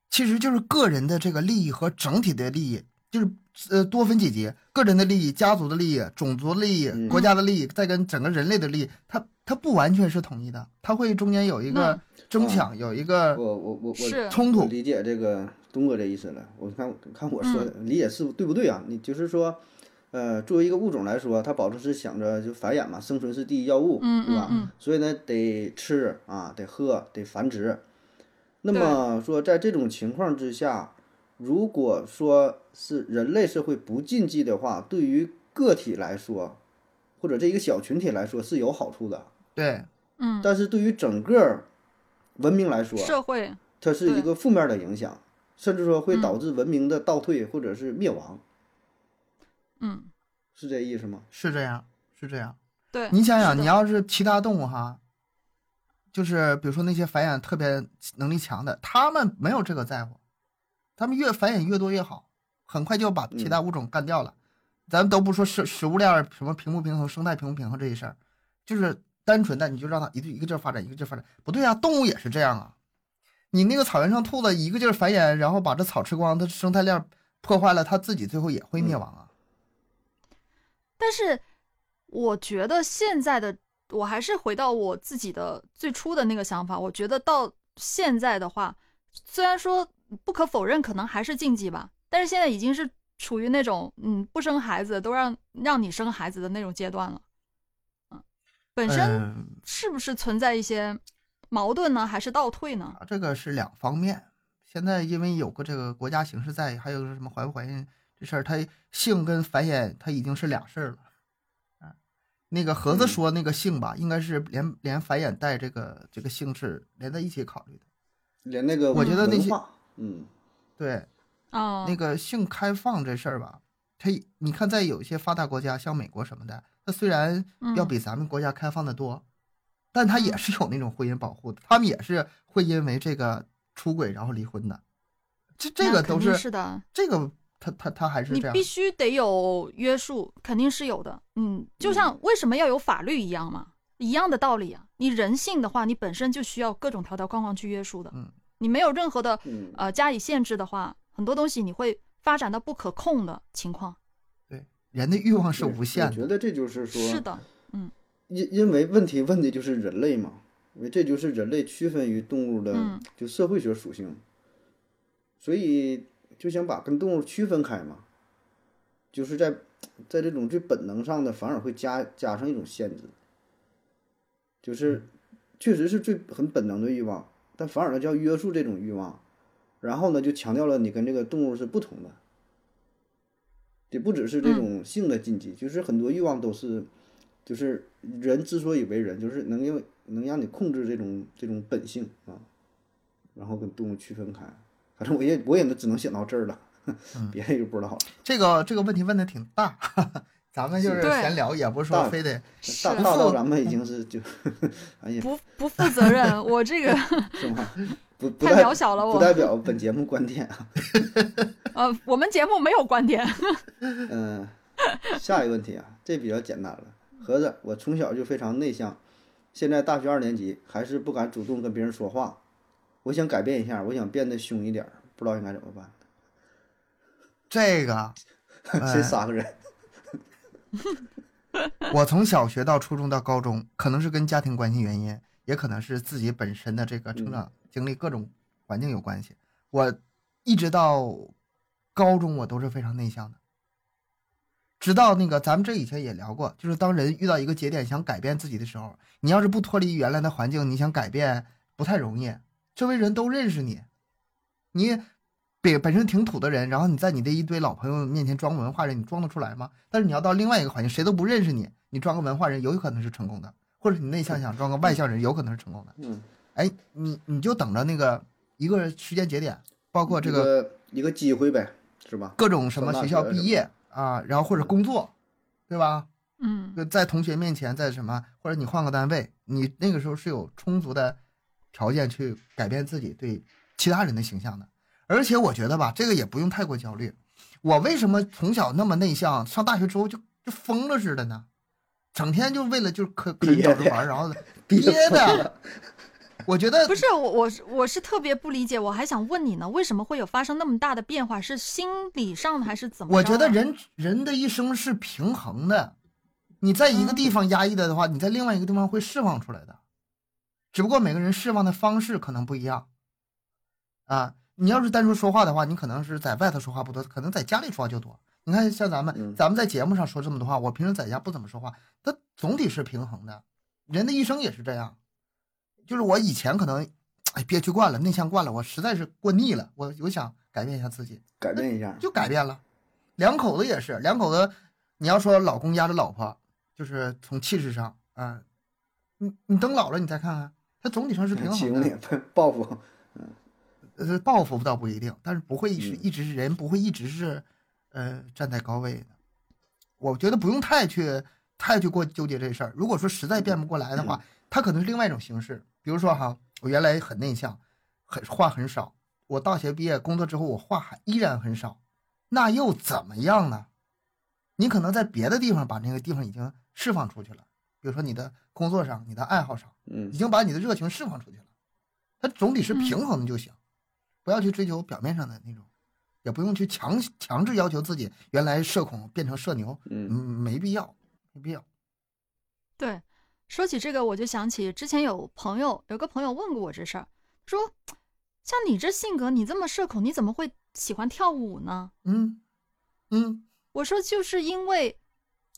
其实就是个人的这个利益和整体的利益，就是呃多分几级，个人的利益、家族的利益、种族的利益、嗯国家的利益，再跟整个人类的利益，它它不完全是统一的，它会中间有一个争抢，有一哦个我我我我是冲我突。理解这个东哥这意思了。我看看我说的、嗯理解是不对不对啊？你就是说，呃，作为一个物种来说，它保证是想着就繁衍嘛，生存是第一要务，嗯对吧？嗯嗯所以呢，得吃啊，得喝，得繁殖。那对么说，在这种情况之下，如果说是人类社会不禁忌的话，对于个体来说，或者这一个小群体来说是有好处的，对，嗯，但是对于整个文明来说，社会它是一对个负面的影响，甚至说会导致文明的倒退或者是灭亡，嗯是这意思吗？是这样，是这样。对， 你想是想，的你要是其他动物哈，就是比如说那些繁衍特别能力强的，他们没有这个在乎，他们越繁衍越多越好，很快就把其嗯他物种干掉了。咱们都不说食食物链儿什么平不平衡、生态平不平衡这一事儿，就是单纯的你就让它一个一个劲儿发展，一个劲儿发展，不对啊，动物也是这样啊。你那个草原上兔子一个劲儿繁衍，然后把这草吃光，它生态链儿破坏了，它自己最后也会灭嗯亡啊。但是我觉得现在的我还是回到我自己的最初的那个想法，我觉得到现在的话，虽然说不可否认，可能还是禁忌吧，但是现在已经是处于那种嗯不生孩子都让让你生孩子的那种阶段了，嗯，本身嗯是不是存在一些矛盾呢，还是倒退呢？啊，这个是两方面。现在因为有个这个国家形势在，还有什么怀不怀孕这事儿，它性跟繁衍它已经是俩事儿了。啊，那个盒子嗯说那个性吧，应该是连连繁衍带这个这个性是连在一起考虑的。连那个我觉得那文些化，嗯，对，啊、那个性开放这事儿吧，它你看，在有一些发达国家，像美国什么的，它虽然嗯要比咱们国家开放的多，但它也是有那种婚姻保护的，他们也是会因为这个出轨然后离婚的，这这那个肯都定是是的，这个他他他还是你这样必，须得有约束，肯定是有的。嗯，就像为什么要有法律一样嘛，一样的道理啊。你人性的话，你本身就需要各种条条框框去约束的。嗯，你没有任何的嗯呃加以限制的话，很多东西你会发展到不可控的情况。对人的欲望是对无限我觉的，得这就是说，是的，因因为问题问的就是人类嘛，因为这就是人类区分于动物的嗯就社会学属性，所以就想把跟动物区分开嘛，就是在在这种最本能上的反而会加加上一种限制，嗯就是确实是最很本能的欲望，但反而呢叫约束这种欲望，然后呢就强调了你跟这个动物是不同的，也不只嗯是这种性的禁忌，就是很多欲望都是。就是人之所以为人，就是能用能让你控制这种这种本性啊，然后跟动物区分开。反正我也我也只能想到这儿了， 别的就不知道了。这个这个问题问的挺大， 咱们就是是对闲聊，也不是大说非得是大大到咱们已经是就，哎呀，不不负责任，我这 个是吗？不不 太代渺小了我不代表本节目观点啊。呃，我们节目没有观点。嗯，下一个问题啊，这比较简单了。盒子，我从小就非常内向，现在大学二年级还是不敢主动跟别人说话。我想改变一下，我想变得凶一点儿，不知道应该怎么办。 这个。哎先杀个人，我从小学到初中到高中，可能是跟家庭关系原因，也可能是自己本身的这个成长经历各种环境有关系。我一直到高中，我都是非常内向的。直到那个，咱们这以前也聊过，就是当人遇到一个节点想改变自己的时候，你要是不脱离原来的环境，你想改变不太容易。周围人都认识你，你本本身挺土的人，然后你在你的一堆老朋友面前装文化人，你装得出来吗？但是你要到另外一个环境，谁都不认识你，你装个文化人有可能是成功的，或者你内向想装个外向人有可能是成功的。嗯，哎，你你就等着那个一个时间节点，包括这一个个一个机会呗，是吧？各种什么上学大校学毕什业啊，然后或者工作，对吧？ 嗯就呃在同学面前，在什么，或者你换个单位，你那个时候是有充足的条件去改变自己对其他人的形象的。而且我觉得吧，这个也不用太过焦虑。我为什么从小那么内向，上大学之后就就疯了似的呢？整天就为了就是可可憋找着的玩儿，然后 憋憋疯的。我 觉得不是我，我是我是特别不理解，我还想问你呢，为什么会有发生那么大的变化？是心理上的还是怎么着啊我呢？觉得人人的一生是平衡的，你在一个嗯地方压抑的的话，你在另外一个地方会释放出来的，只不过每个人释放的方式可能不一样。啊，你要是单说说话的话，你可能是在外头说话不多，可能在家里说话就多。你看，像咱们，嗯咱们在节目上说这么多话，我平时在家不怎么说话，它总体是平衡的。人的一生也是这样，就是我以前可能，哎，憋屈惯了，内向惯了，我实在是过腻了，我我想改变一下自己，改变一下，就改变了。两口子也是，两口子，你要说老公压着老婆，就是从气势上啊、你你等老了你再看看，它总体上是平欺衡 负你的。，报复，呃，报复倒不一定，但是不会是嗯一直是人不会一直是，呃，站在高位的。我觉得不用太去太去过纠结这事儿。如果说实在变不过来的话，它可能是另外一种形式。比如说哈，我原来很内向，很话很少。我大学毕业工作之后，我话还依然很少，那又怎么样呢？你可能在别的地方把那个地方已经释放出去了，比如说你的工作上、你的爱好上，嗯已，经把你的热情释放出去了。它总嗯体是平衡的就行，不要去追求表面上的那种，也不用去强强制要求自己原来社恐变成社牛，嗯嗯，没必要，没必要。对，说起这个，我就想起之前有朋友，有个朋友问过我这事儿，说像你这性格，你这么社恐，你怎么会喜欢跳舞呢？嗯嗯，我说就是因为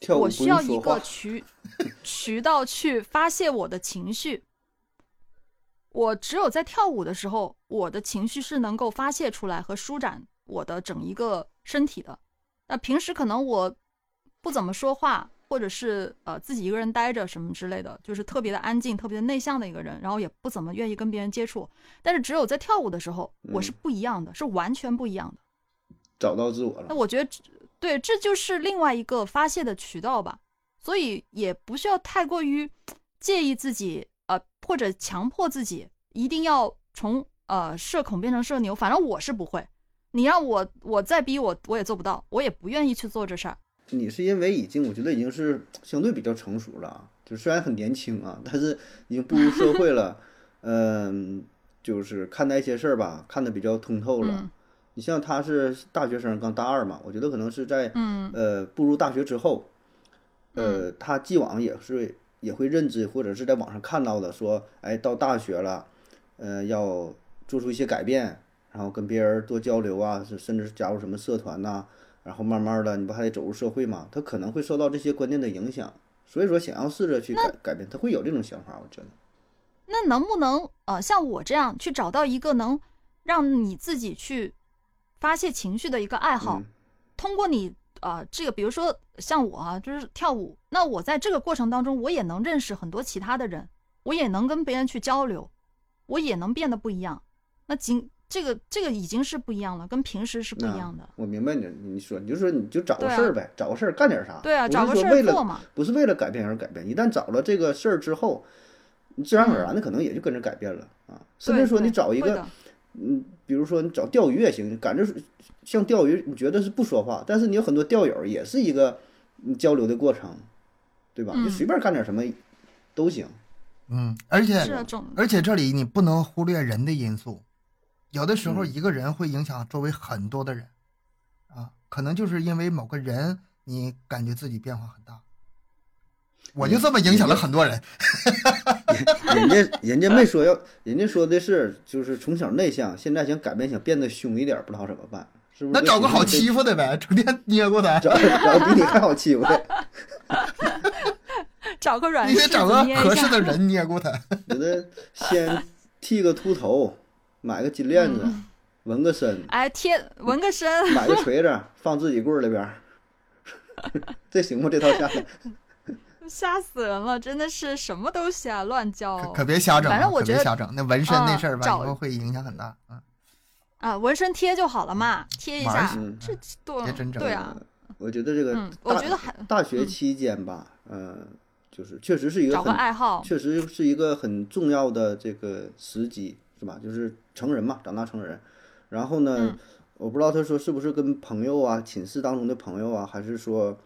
跳舞我不需用要一说个话，渠渠道去发泄我的情绪。我只有在跳舞的时候，我的情绪是能够发泄出来和舒展我的整一个身体的。那平时可能我不怎么说话，或者是呃自己一个人待着什么之类的，就是特别的安静、特别的内向的一个人，然后也不怎么愿意跟别人接触。但是只有在跳舞的时候，我是嗯不一样的，是完全不一样的。找到自我那了，我觉得这，对，这就是另外一个发泄的渠道吧，所以也不需要太过于介意自己，呃，或者强迫自己一定要从呃社恐变成社牛，反正我是不会。你让我，我再逼我，我也做不到，我也不愿意去做这事儿。你是因为已经，我觉得已经是相对比较成熟了啊，就虽然很年轻啊，但是已经步入社会了，嗯，就是看待一些事儿吧，看得比较通透了。嗯你像他是大学生，刚大二嘛，我觉得可能是在嗯呃步入大学之后，呃，他既往也是也会认知或者是在网上看到的，说，哎，到大学了，呃，要做出一些改变，然后跟别人多交流啊，是甚至是加入什么社团呐、然后慢慢的，你不还得走入社会嘛？他可能会受到这些观念的影响，所以说想要试着去改改变，他会有这种想法，我觉得。那能不能呃像我这样去找到一个能让你自己去发泄情绪的一个爱好？嗯通过你呃这个，比如说像我啊，就是跳舞，那我在这个过程当中，我也能认识很多其他的人，我也能跟别人去交流，我也能变得不一样。那仅这个这个已经是不一样了，跟平时是不啊一样的。我明白你，你说你就说你就找个对啊事儿呗，找个事儿干点啥。对啊，不找是个说事为儿了做嘛。不是为了改变而改变，一旦找了这个事儿之后，你自然而然的可能也就跟着改变了啊。甚至对说你对找一会个的，嗯，比如说你找钓鱼也行，感觉是像钓鱼，你觉得是不说话，但是你有很多钓友也是一个嗯交流的过程，对吧？嗯你随便干点什么都 行。嗯，而且是啊，种而且这里你不能忽略人的因素，有的时候嗯一个人会影响周围很多的人，啊，可能就是因为某个人，你感觉自己变化很大。我就这么影响了很多人，人家人家没说要，人家说的是就是从小内向，现在想改变，想变得凶一点，不知道怎么办，是不是？那找个好欺负，负的呗，成天捏过他， 找找比你还好欺负的。找个软你得柿找子个捏合一适下。的人捏过他。觉得先剃个秃头，买个金链子，纹个身，哎，贴纹个身， 买个锤子放自己棍儿里边儿， 这行吗？这套下来，吓死人了，真的是什么都瞎乱哦叫。可可别瞎整啊，反正我可觉别得瞎整，那纹身那嗯事儿吧，找以后会影响很大。嗯，啊，纹身贴就好了嘛，贴一玩儿下死，嗯这多别真呃整对啊，我觉得这个大，嗯，我觉得还大学期间吧，呃，就是确实是一个找个很爱好，确实是一个很重要的这个时机，是吧？就是成人嘛，长大成人。然后呢，嗯我不知道他说是不是跟朋友啊、寝室当中的朋友啊，还是说，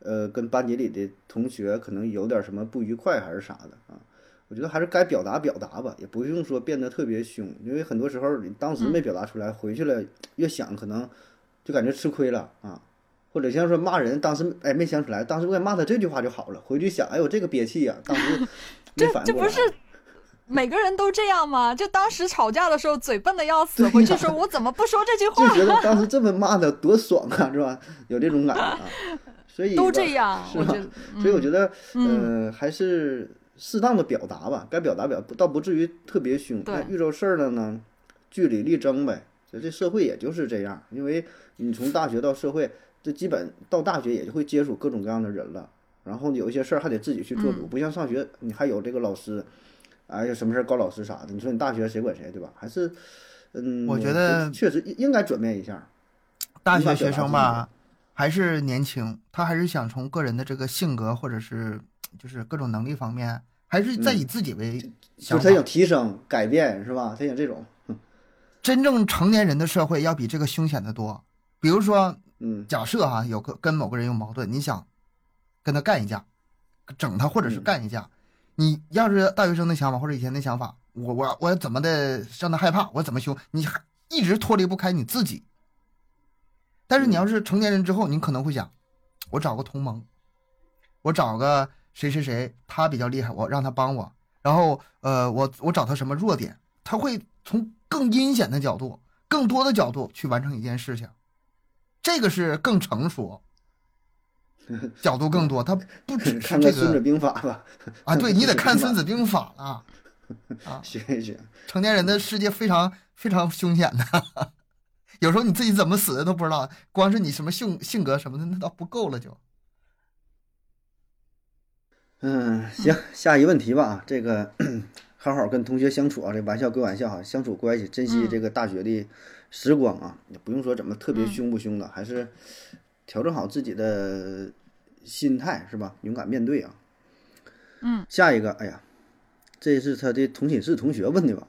呃，跟班级里的同学可能有点什么不愉快还是啥的啊？我觉得还是该表达表达吧，也不用说变得特别凶，因为很多时候你当时没嗯表达出来，回去了越想可能就感觉吃亏了啊。或者像说骂人，当时哎没想起来，当时我想骂他这句话就好了。回去想，哎呦这个憋气呀、当时没 这反这应过不来。是 每个人都这样吗？就当时吵架的时候嘴笨的要死，对回去呀说我怎么不说这句就话，觉得当时这么骂他多爽啊，是吧？有这种感 觉啊。所以都吧这样，是我吧觉得，所以我觉得，嗯呃，还是适当的表达吧，该表达表，倒不至于特别凶。对那遇着事儿了呢，据理力争呗。这这社会也就是这样，因为你从大学到社会，这基本到大学也就会接触各种各样的人了。然后有一些事儿还得自己去做主，嗯不像上学你还有这个老师，哎呀什么事儿告老师啥的。你说你大学谁管谁对吧？还是，嗯，我觉得确实应应该转变一下。大你把学表学达生自己吧，还是年轻，他还是想从个人的这个性格或者是就是各种能力方面，还是在以自己为就想是法。他想提升、改变，是吧？他想这种，真正成年人的社会要比这个凶险的多。比如说，嗯，假设哈、有个跟某个人有矛盾，你想跟他干一架，整他或者是嗯干一架，你要是大学生的想法或者以前的想法，我我我怎么的让他害怕，我怎么凶，你还一直脱离不开你自己。但是你要是成年人之后，你可能会想，我找个同盟，我找个谁谁谁，他比较厉害，我让他帮我，然后呃，我我找他什么弱点，他会从更阴险的角度、更多的角度去完成一件事情，这个是更成熟， 角度更多，他不只是看看 这《孙子个兵法》吧，啊，对你得看《孙孙子子兵法》了，啊学一学。成年人的世界非常非常凶险的。 有时候你自己怎么死的都不知道，光是你什么性性格什么的，那倒不够了就。嗯，行，下一问题吧啊，这个 好好跟同学相处啊，这玩笑归玩笑哈，相处关系，珍惜嗯这个大学的时光啊，也不用说怎么特别凶不凶的，还是调整好自己的心态是吧？勇敢面对啊。嗯，下一个，哎呀，这是他的同寝室同学问的吧？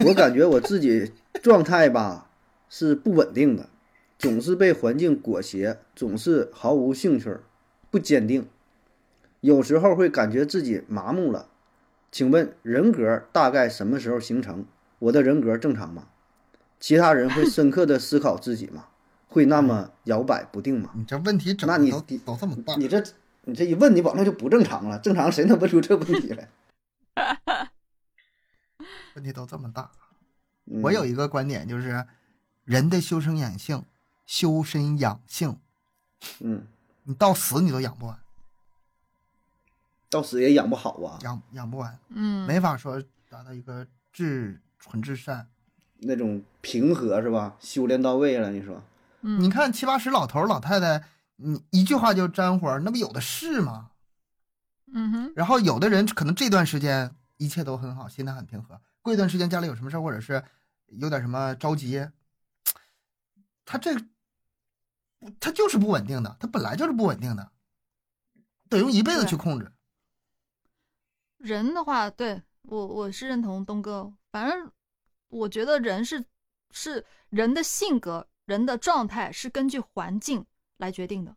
我感觉我自己状态吧是不稳定的，总是被环境裹挟，总是毫无兴趣儿，不坚定，有时候会感觉自己麻木了。请问人格大概什么时候形成？我的人格正常吗？其他人会深刻的思考自己吗？会那么摇摆不定吗？你这问题整那的你都都这么大，你这你这一问，你网络就不正常了。正常谁能问出这问题来？问题都这么大。嗯我有一个观点就是，人的修身养性，修身养性，嗯，你到死你都养不完，到死也养不好啊，养养不完，嗯，没法说达到一个至纯至善。那种平和是吧？修炼到位了，你说嗯你看七八十老头儿老太太，你一句话就沾火儿，那不有的是吗？嗯哼，然后有的人可能这段时间一切都很好，心态很平和，过一段时间家里有什么事儿，或者是有点什么着急，他这他就是不稳定的，他本来就是不稳定的，得用一辈子去控制。人的话，对我我是认同东哥，反正我觉得人是是人的性格、人的状态是根据环境来决定的。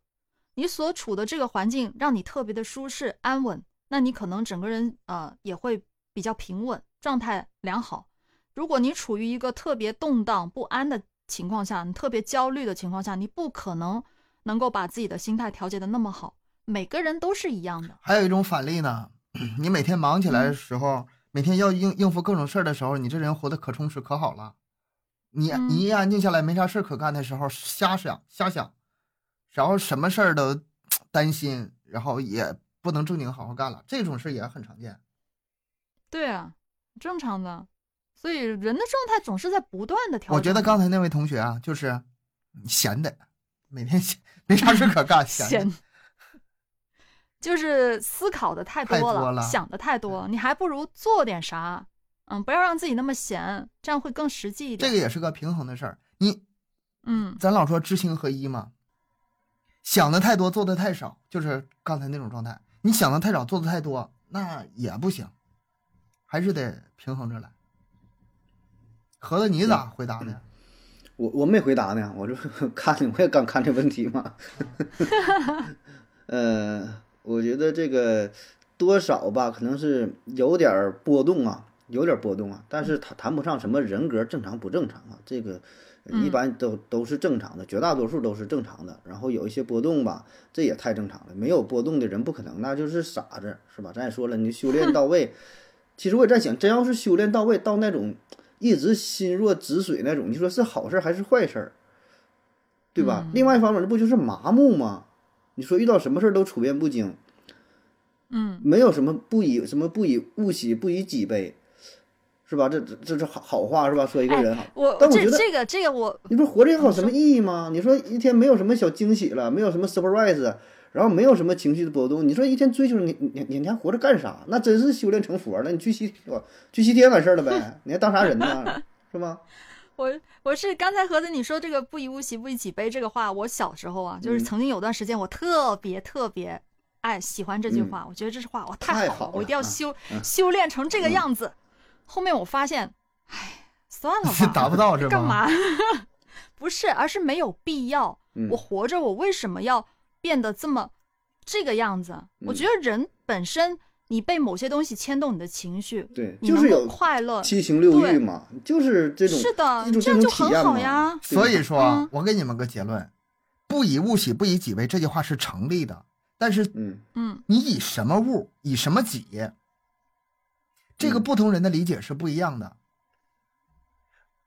你所处的这个环境让你特别的舒适安稳，那你可能整个人呃也会比较平稳，状态良好。如果你处于一个特别动荡不安的情况下，你特别焦虑的情况下，你不可能能够把自己的心态调节的那么好。每个人都是一样的，还有一种反例呢， 你每天忙起来的嗯时候，每天要应应付各种事儿的时候，你这人活得可充实可好了。你嗯你一安静下来没啥事儿可干的时候，瞎想瞎想，然后什么事儿都担心，然后也不能正经好好干了，这种事儿也很常见。对啊，正常的。所以人的状态总是在不断的调整。我觉得刚才那位同学啊，就是闲的，每天闲没啥事可干，闲 闲的。，就是思考的太多太多了想的太多了，你还不如做点啥。嗯，不要让自己那么闲，这样会更实际一点。这个也是个平衡的事儿。你嗯，咱老说知行合一嘛，想的太多，做的太少，就是刚才那种状态。你想的太少，做的太多，那也不行，还是得平衡着来。合子，你咋回答的？ 我我没回答呢，我就 看我也刚看这问题嘛。呃，我觉得这个多少吧，可能是有点儿波动啊，有点儿波动啊，但是谈谈不上什么人格正常不正常啊，这个呃一般都都是正常的，绝大多数都是正常的。然后有一些波动吧，这也太正常了，没有波动的人不可能，那就是傻子，是吧？咱也说了，你修炼到位，其实我也在想，真要是修炼到位到那种一直心若止水那种，你说是好事儿还是坏事儿，啊对吧？嗯另外一方面，这不就是麻木吗？你说遇到什么事儿都处变不惊，嗯，没有什么不以什么不以物喜，不以己悲，是吧？这这这是好好话是吧？说一个人好，我但我这觉得这个这个我你说活着还有什么意义吗？你说一天没有什么小惊喜了，没有什么 surprise，然后没有什么情绪的波动，你说一天追求你你你你还活着干啥？那真是修炼成佛了，你去西我去西天完事儿了呗， 你还当啥人呢？是吧？我我是刚才盒子你说这个不以物喜不以己悲这个话，我小时候啊，就是嗯曾经有段时间我特别特别爱喜欢这句话，我觉得这句话我太嗯太好好了，我一了定要嗯修、修炼成这个样子。后面我发现，唉，算了吧，达不到是吧？干嘛？ 不是，而是没有必要。嗯我活着，我为什么要变得这么这个样子？我嗯觉得人本身，你被某些东西牵动你的情绪，对，你就是能够有快乐，七情六对欲嘛，就是这种是的一种这种样就体很验好嘛呀。对吧所以说嗯啊，我给你们个结论：不以物喜，不以己悲，这句话是成立的。但是嗯，嗯，你以什么物，以什么己，这个嗯不同人的理解是不一样的。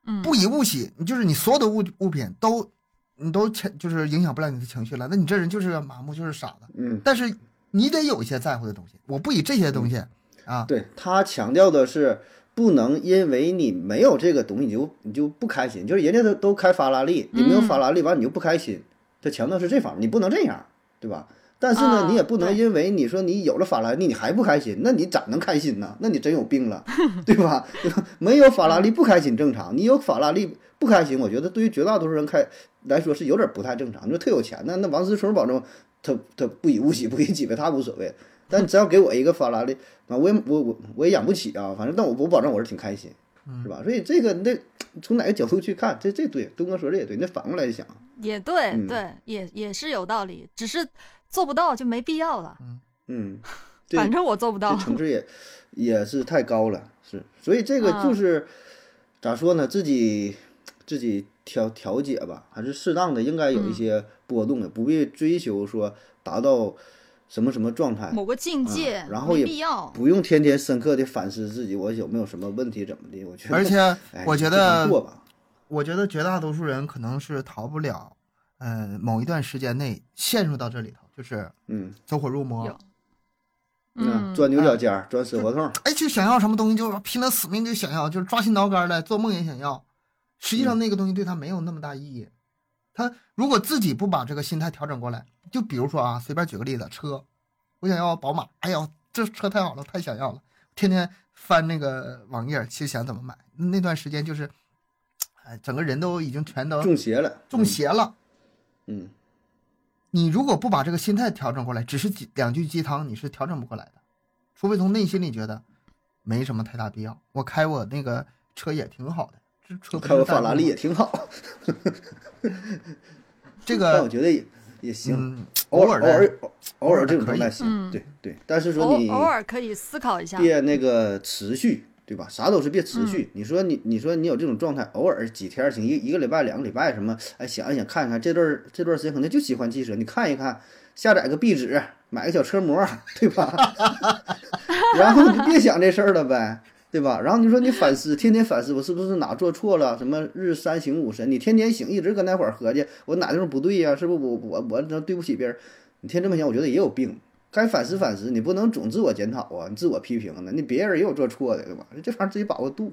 嗯不以物喜，你就是你所有的物物品都，你都牵就是影响不了你的情绪了。那你这人就是个麻木，就是傻子。嗯，但是你得有一些在乎的东西。我不以这些东嗯西啊，对他强调的是，不能因为你没有这个东西，你就你就不开心。就是人家都都开法拉利，你没有嗯法拉利完你就不开心。他强调是这方面，你不能这样，对吧？但是呢，啊你也不能对因为你说你有了法拉利你还不开心，那你咋能开心呢？那你真有病了， 对吧？没有法拉利不开心正常，你有法拉利不开心，我觉得对于绝大多数人开来说是有点不太正常。你说特有钱的，那王思聪保证他他不以物喜，不以己悲，他无所谓。但你只要给我一个法拉利，啊，我也我我我也养不起啊，反正但我我保证我是挺开心，是吧？所以这个那从哪个角度去看，这这对东哥说这也对，那反过来想，也对，嗯对，也也是有道理，只是做不到就没必要了。 嗯，对反正我做不到这。层次也也是太高了，是，所以这嗯个就是、咋说呢，自己自己调调节吧，还是适当的，应该嗯有一些波动的，不必追求说达到什么什么状态，某个境界，嗯然后没也必要。不用天天深刻的反思自己我有没有什么问题怎么的，我觉得，而且哎我就觉这么得过吧，我觉得绝大多数人可能是逃不了，嗯、某一段时间内陷入到这里头，就是嗯，走火入魔有。嗯，嗯，钻牛角尖儿，钻死胡同儿，哎，就想要什么东西，就拼了死命就想要，就是抓心挠肝的，做梦也想要。实际上那个东西对他没有那么大意义。他如果自己不把这个心态调整过来，就比如说啊，随便举个例子，车，我想要宝马，哎呀，这车太好了，太想要了，天天翻那个网页去想怎么买。那段时间就是，哎，整个人都已经全都中邪了，嗯中邪了。嗯，你如果不把这个心态调整过来，只是几两句鸡汤，你是调整不过来的。除非从内心里觉得没什么太大必要，我开我那个车也挺好的，这车嗯，不开个是代法步拉利也吗挺好，嗯这但我个觉得也也行，嗯，偶尔偶的尔偶偶尔尔的这种可以状态行，嗯对对，但是说偶你偶尔可以思考一下。嗯别那个持续，对吧？啥都是别持续。你说你你说你有这种状态，偶尔几天儿行，一一个礼拜、两个礼拜什么，哎，想一想看一看，这段儿这段儿时间可能就喜欢汽车，你看一看，下载个壁纸，买个小车模，对吧？ 然后你就别想这事儿了呗。对吧？然后你说你反思，天天反思，我是不是哪做错了？什么日三省五神，你天天醒，一直跟那会儿合计，我哪地方不对呀、是不是我我我这对不起别人？你天这么想，我觉得也有病。该反思反思，你不能总自我检讨啊，你自我批评呢，你别人也有这错的，对吧？这玩意儿自己把握度，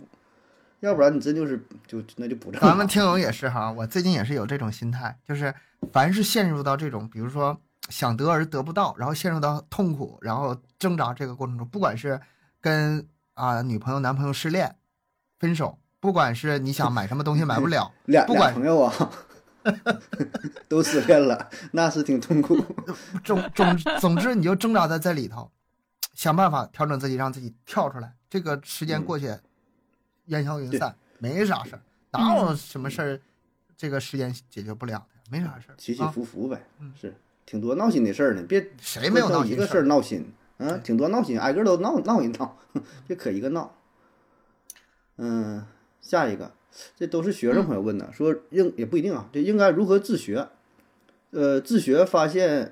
要不然你真就是就那就不正咱常，们。听友也是哈，我最近也是有这种心态，就是凡是陷入到这种，比如说想得而得不到，然后陷入到痛苦，然后挣扎这个过程中，不管是跟啊、女朋友、男朋友失恋、分手，不管是你想买什么东西买不了俩不俩管朋友啊， 都失恋了，那是挺痛 苦。总总总之，你就挣扎在在里头，想办法调整自己，让自己跳出来。这个时间嗯过去，烟消云散，没啥事儿，哪嗯有什么事儿，这个时间解决不了的，没啥事儿。起起啊，伏伏呗，嗯是挺多闹心的事儿呢，别谁没有就闹一心个事事儿儿？闹心啊，挺多闹心，挨个都闹闹一闹， 别可一个闹。嗯，下一个，这都是学生朋友问的，说应也不一定啊，这应该如何自学？呃，自学发现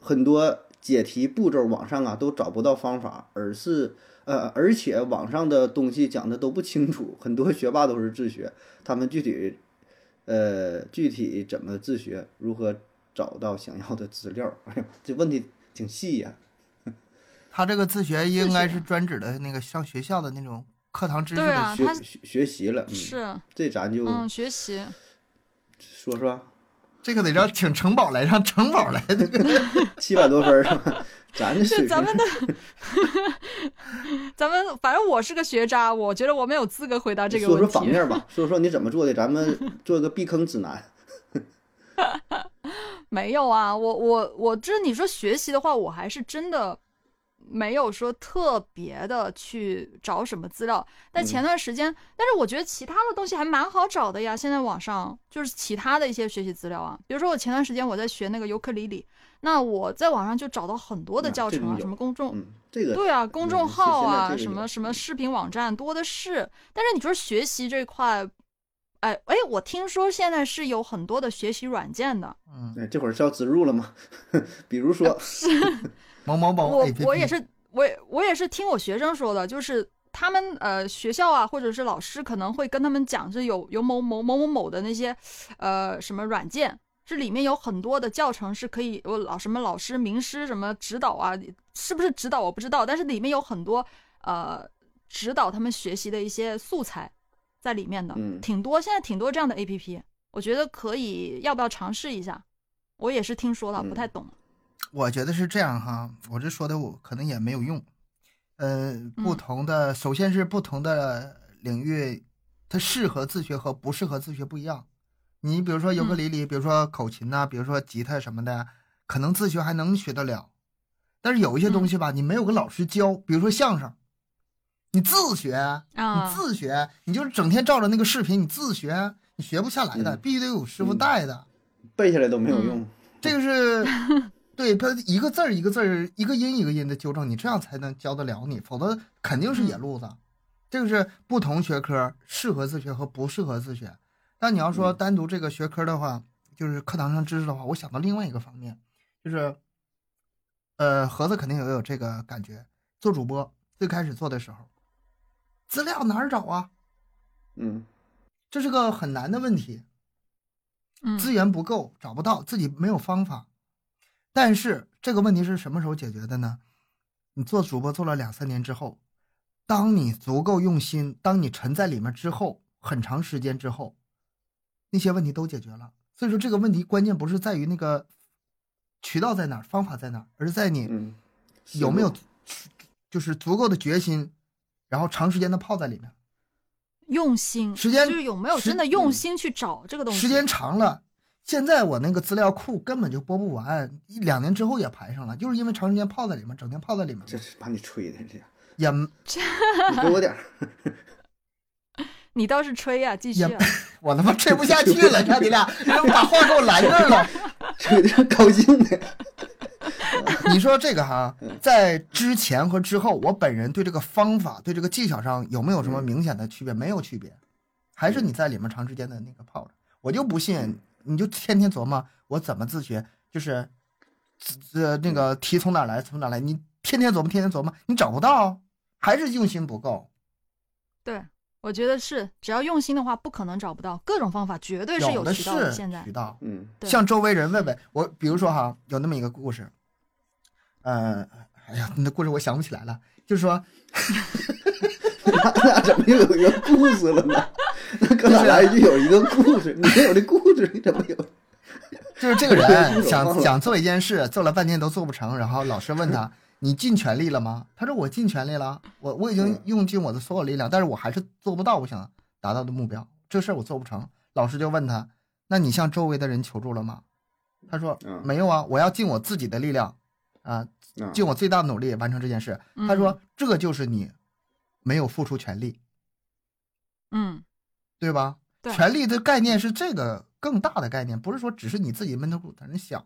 很多解题步骤网上啊都找不到方法，而是呃，而且网上的东西讲的都不清楚，很多学霸都是自学，他们具体呃具体怎么自学，如何找到想要的资料？哎呀， 这问题挺细呀、他这个自学应该是专指的那个上学校的那种课堂知识对的。啊，学他学学习了，嗯，是这咱就嗯学习，说说这个得让请城堡来，让城堡来啊那个七百多分儿是吧？咱这水 就平，咱们的，咱们反正我是个学渣，我觉得我没有资格回答这个说说问反题。面 吧，说说你怎么做的，咱们做个避坑指南。没有啊，我我我这你说学习的话，我还是真的没有说特别的去找什么资料。但嗯前段时间，但是我觉得其他的东西还蛮好找的呀。现在网上就是其他的一些学习资料啊，比如说我前段时间我在学那个尤克里里，那我在网上就找到很多的那教这程种啊，有什么公众嗯，这个对啊，公众嗯是号现在啊，这个什有嗯么什么视频网站多的是。但是你说学习这块，哎哎，我听说现在是有很多的学习软件的，嗯，哎，这会儿是要植入了吗？ 比如说，哎某某某我 APP，我也是，我也我也是听我学生说的，就是他们呃学校啊，或者是老师可能会跟他们讲，是有有某某某某某的那些呃什么软件，这里面有很多的教程是可以我老什么老师名师什么指导啊，是不是指导我不知道，但是里面有很多呃指导他们学习的一些素材在里面的，嗯挺多，现在挺多这样的 A P P，我觉得可以，要不要尝试一下？我也是听说了，不嗯太懂。我觉得是这样哈，我这说的我可能也没有用。嗯，不嗯同的，首先是不同的领域，它适合自学和不适合自学不一样。你比如说尤克嗯里里，比如说口琴呐、比如说吉他什么的，可能自学还能学得了。但是有一些嗯东西吧，你没有个老师教，比如说相声，你自学，啊你自学，你就是整天照着那个视频，你自学，你学不下来的，嗯必须得有师傅嗯带的。背下来都没有用。这个是，对他一个字儿一个字儿，一个音一个音的纠正你，这样才能教得了你，否则肯定是野路子。这个是不同学科适合自学和不适合自学。但你要说嗯单独这个学科的话，就是课堂上知识的话，我想到另外一个方面，就是，呃，盒子肯定也有这个感觉。做主播最开始做的时候，资料哪儿找啊？嗯，这是个很难的问题。嗯资源不够，找不到，自己没有方法。但是这个问题是什么时候解决的呢？你做主播做了两三年之后，当你足够用心，当你沉在里面之后，很长时间之后，那些问题都解决了。所以说这个问题关键不是在于那个渠道在哪儿，方法在哪儿，而是在你嗯，有没有思路就是足够的决心，然后长时间的泡在里面。用心，时间就是有没有时嗯真的用心去找这个东西。时间长了，现在我那个资料库根本就播不完，一两年之后也排上了，就是因为长时间泡在里面，整天泡在里面，这是把你吹的，这样 也你给我点儿。你倒是吹啊，继续啊、我他妈吹不下去了，你看你俩你把话给我拦这儿了。吹的高兴的。 你说这个哈，在之前和之后，我本人对这个方法、对这个技巧上有没有什么明显的区别？没有区别，还是你在里面长时间的那个泡着。我就不信，你就天天琢磨我怎么自学，就是，呃，那个题从哪来，从哪来，你天天琢磨，天天琢磨，你找不到，还是用心不够。对，我觉得是，只要用心的话，不可能找不到，各种方法绝对是有的渠道的。现是在渠，道，嗯对向周围人问问。我比如说哈，有那么一个故事，呃，哎呀，那故事我想不起来了，就是说，那那怎么就有一个故事了呢？ 那哥俩来就有一个故事，你没有这故事，你怎么 有？就是这 个这人种忘想了想做一件事，做了半天都做不成，然后老师问他：“你尽全力了吗？”他说：“我尽全力了，我我已经嗯用尽我的所有力量，但是我还是做不到我想达到的目标，这事儿我做不成。”老师就问他：“那你向周围的人求助了吗？”他说：“嗯没有啊，我要尽我自己的力量，啊，啊，尽我最大的努力完成这件事。”他说：“这就是你没有付出全力，嗯，对吧？对权力的概念是这个更大的概念，不是说只是你自己闷头苦在那想。”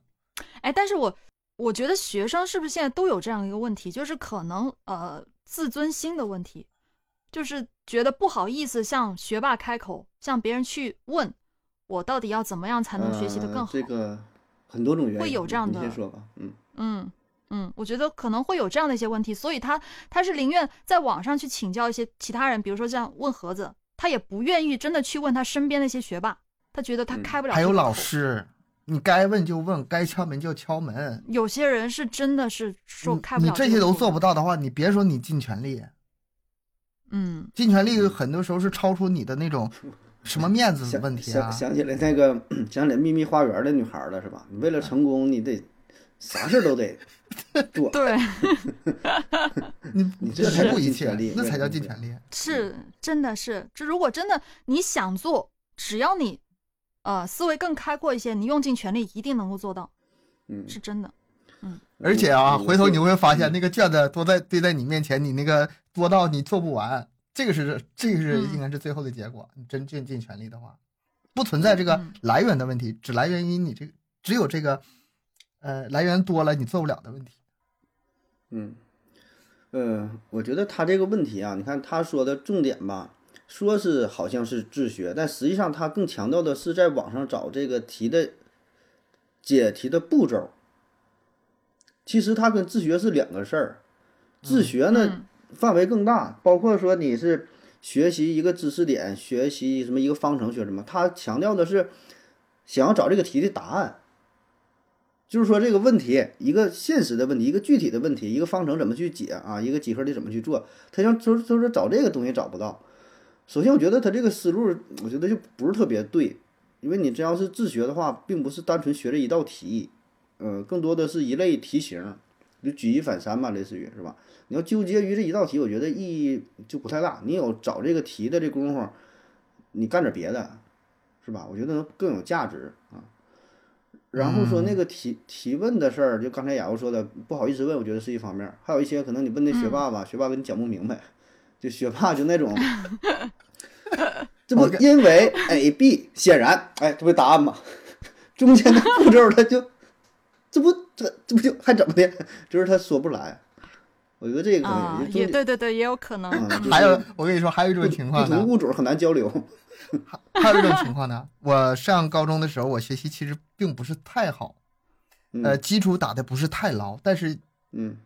哎，但是我我觉得学生是不是现在都有这样一个问题，就是可能呃自尊心的问题，就是觉得不好意思向学霸开口，向别人去问我到底要怎么样才能学习的更呃好。这个很多种原因会有这样你的先说吧，嗯，嗯嗯，我觉得可能会有这样的一些问题，所以他他是宁愿在网上去请教一些其他人，比如说像问盒子，他也不愿意真的去问他身边那些学霸，他觉得他嗯开不了、还有老，师，你该问就问，该敲门就敲门。有些人是真的是说你开不你了这些个都口做不，到的话，你别说你尽全力，嗯。尽全力很多时候是超出你的那种什么面子的嗯想问题想啊。想起来那个 想起来秘密花园的女孩了是吧？你为了成功，你得啥事儿都得做，对，你你这这才不叫顾一尽切全力，那对才叫对尽对全力。是真的是，这如果真的你想做，只要你呃思维更开阔一些，你用尽全力一定能够做到，嗯，是真的。而且啊，嗯回头你会发现嗯那个卷子多在堆在你面前，你那个多到你做不完，这个是这个是嗯应该是最后的结果。你真尽尽全力的话，不存在这个嗯来源的问题，只来源于你这个只有这个呃来源多了你做不了的问题。嗯，呃，我觉得他这个问题啊，你看他说的重点吧，说是好像是自学，但实际上他更强调的是在网上找这个题的解题的步骤。其实它跟自学是两个事儿，自学呢、嗯范围更大，包括说你是学习一个知识点，学习什么一个方程学什么，他强调的是想要找这个题的答案。就是说这个问题，一个现实的问题，一个具体的问题，一个方程怎么去解啊，一个几何题怎么去做，他想就是就是找这个东西找不到。首先，我觉得他这个思路，我觉得就不是特别对，因为你真要是自学的话，并不是单纯学这一道题，呃，更多的是一类题型，就举一反三吧，类似于是吧？你要纠结于这一道题，我觉得意义就不太大。你有找这个题的这功夫，你干点别的，是吧？我觉得更有价值啊。然后说那个提提问的事儿，就刚才雅茹说的，不好意思问，我觉得是一方面儿，还有一些可能你问那学霸吧，学霸跟你讲不明白，就学霸就那 种，这不 OK 因为 A B 显然，哎，这不答案吗？中间的步骤他就，这不这这不就还怎么的？就是他说不来，我觉得这个可啊能，也就中也间对对对，也有可能。嗯嗯就是还有，我跟你说，还有一种情不况呢同，物种很难交流。还有一种情况呢。我上高中的时候，我学习其实并不是太好，嗯呃，基础打的不是太牢，但是嗯，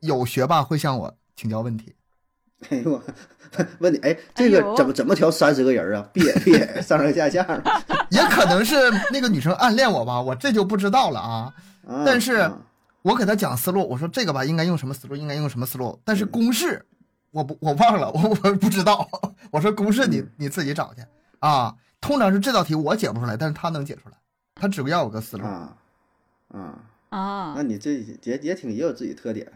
有学霸会向我请教问题。哎呦我，问你，哎，这个呦怎么怎么调三十个人啊？别别上上下下 的也可能是那个女生暗恋我吧，我这就不知道了啊。啊。但是啊我给她讲思路，我说这个吧，应该用什么思路，应该用什么思路。但是公式我不我忘了，我 我不知道。我说公式嗯你你自己找去啊。通常是这道题我解不出来，但是她能解出来，她只要有个思路。啊啊，啊那，你这也也挺也有自己特点。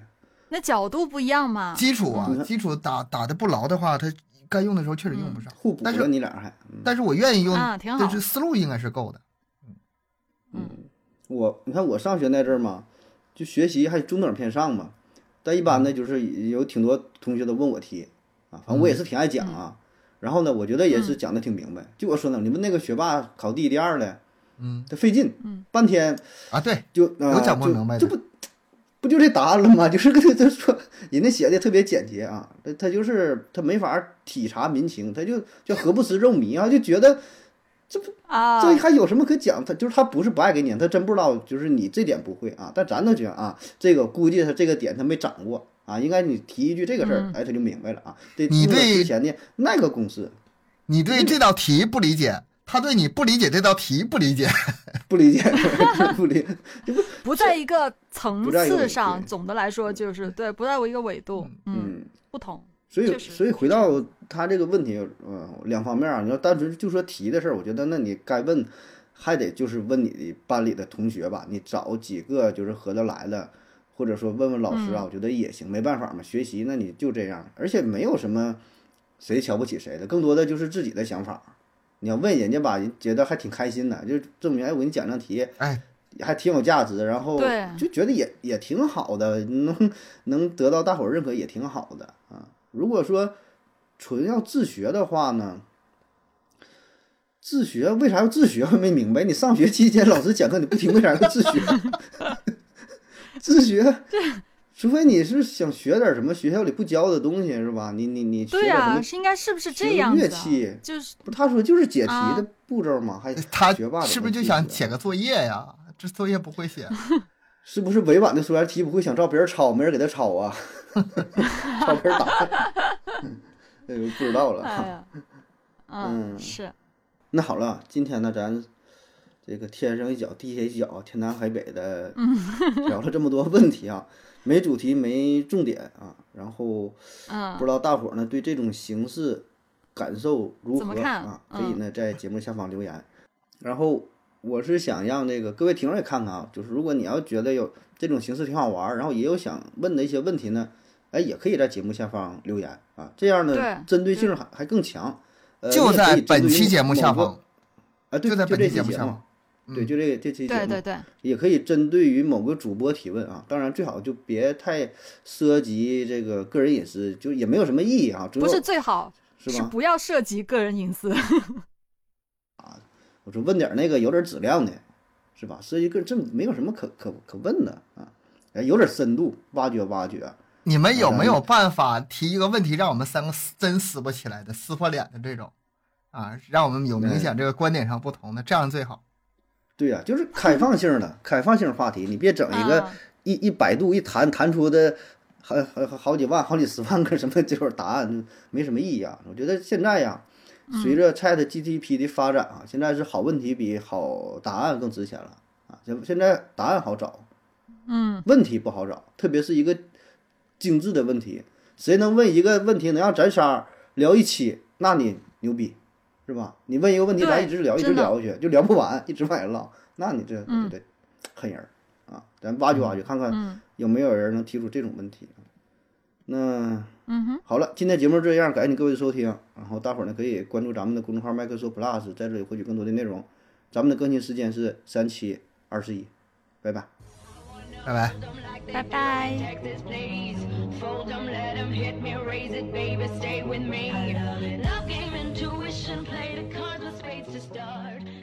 那角度不一样嘛。基础啊你，看基础打打的不牢的话，她该用的时候确实用不上。互补但了，是你俩还。嗯但是我愿意用，啊挺好就是思路应该是够的。嗯我你看我上学那阵儿嘛，就学习还中等偏上嘛，但一嗯般呢就是有挺多同学都问我题啊，反正嗯我也是挺爱讲啊。然后呢，我觉得也是讲的挺明白。就我说呢，你们那个学霸考第一、第二的，嗯他费劲，嗯半天啊，对，就啊、有讲不就明白的这不不就这答案了吗？ 就是跟他他说人家写的特别简洁啊，他他就是他没法体察民情，他就就何不食肉糜啊，就觉得啊，这还有什么可讲？他就是他不是不爱给你，他真不知道，就是你这点不会啊。但咱都觉得啊，这个估计他这个点他没掌握啊，应该你提一句这个事儿，嗯哎，他就明白了啊。对，你用了对之前的那个公式你对这道题不理解，她对你不理解这道题不理解。不理解， 不理不在一个层不在一个维次度上，对总的来说就是对，不在一个纬度，嗯，嗯，不同，所以，确实所以回到他这个问题，嗯，两方面啊，你要单纯就说题的事儿，我觉得那你该问，还得就是问你的班里的同学吧，你找几个就是合得来的，或者说问问老嗯师啊，我觉得也行，没办法嘛，学习那你就这样，而且没有什么谁瞧不起谁的，更多的就是自己的想法。你要问人家吧，人觉得还挺开心的，就证明哎，我给你讲这题，哎，还挺有价值，然后对就觉得也也挺好的，能能得到大伙儿认可也挺好的啊。如果说纯要自学的话呢，自学为啥要自学？我没明白。你上学期间老师讲课你不听，为啥要自学？ 自学，除非你是想学点什么学校里不教的东西是吧？你你你学对点什啊，么？是应该是不是学这个样子乐啊？器就是不是他说就是解题啊的步骤吗？还他嗯学霸的是不是就自想学写个作业呀？这作业不会写，是不是委婉的说完题不会想照别人抄，没人给他抄啊？ 抄别人答案，那个不知道了。哎呀，嗯，嗯是， 那好了，今天呢，咱这个天上一脚地下一脚，天南海北的嗯 聊了这么多问题啊，没主题没重点啊，然后不知嗯，道大伙儿呢对这种形式感受如怎么何看啊？嗯可以呢在节目下方留言。然后我是想让这个各位听众也看看啊，就是如果你要觉得有这种形式挺好玩儿，然后也有想问的一些问题呢，哎，也可以在节目下方留言啊，这样呢对嗯针对性还还更强。呃，就你也可以在针本对于期节目下某个方。啊，对，就在本这期节目期下目方，对，嗯就这这期节目，对对对，也可以针对于某个主播提问啊，当然最好就别太涉及这个个人隐私，就也没有什么意义啊。只有不是最好，是是吧？不要涉及个人隐私。 我说问点儿那个有点质量的，是吧？涉及个这没有什么可可可问的啊，哎，有点深度，挖掘挖掘。啊你们有没有办法提一个问题，让我们三个撕真撕不起来的、撕破脸的这种啊？让我们有明显这个观点上不同的，这样最好。对呀、就是开放性的，开放性话题，你别整一个啊一一百度一弹弹出的好好好好几万、好几十万个什么 这种答案，就没什么意义啊。我觉得现在呀，随着 Chat GTP 的发展啊，现在是好问题比好答案更值钱了啊。现现在答案好找，嗯，问题不好找，特别是一个精致的问题，谁能问一个问题能让咱仨聊一期，那你牛逼，是吧？你问一个问题，对咱一直聊，一直真的聊下去，就聊不完，一直往下唠，那你这我觉得狠人儿啊！咱挖掘挖掘，看看嗯有没有人能提出这种问题。那嗯哼，好了，今天节目这样，感谢你各位的收听，然后大伙儿呢可以关注咱们的公众号麦克说 Plus，在这里获取更多的内容。咱们的更新时间是三七二十一，拜拜。拜拜。拜拜。 Texas, please. Fold 'em, let 'em hit me, raise it, baby, stay with me. Love game, intuition, play the cards with spades to start.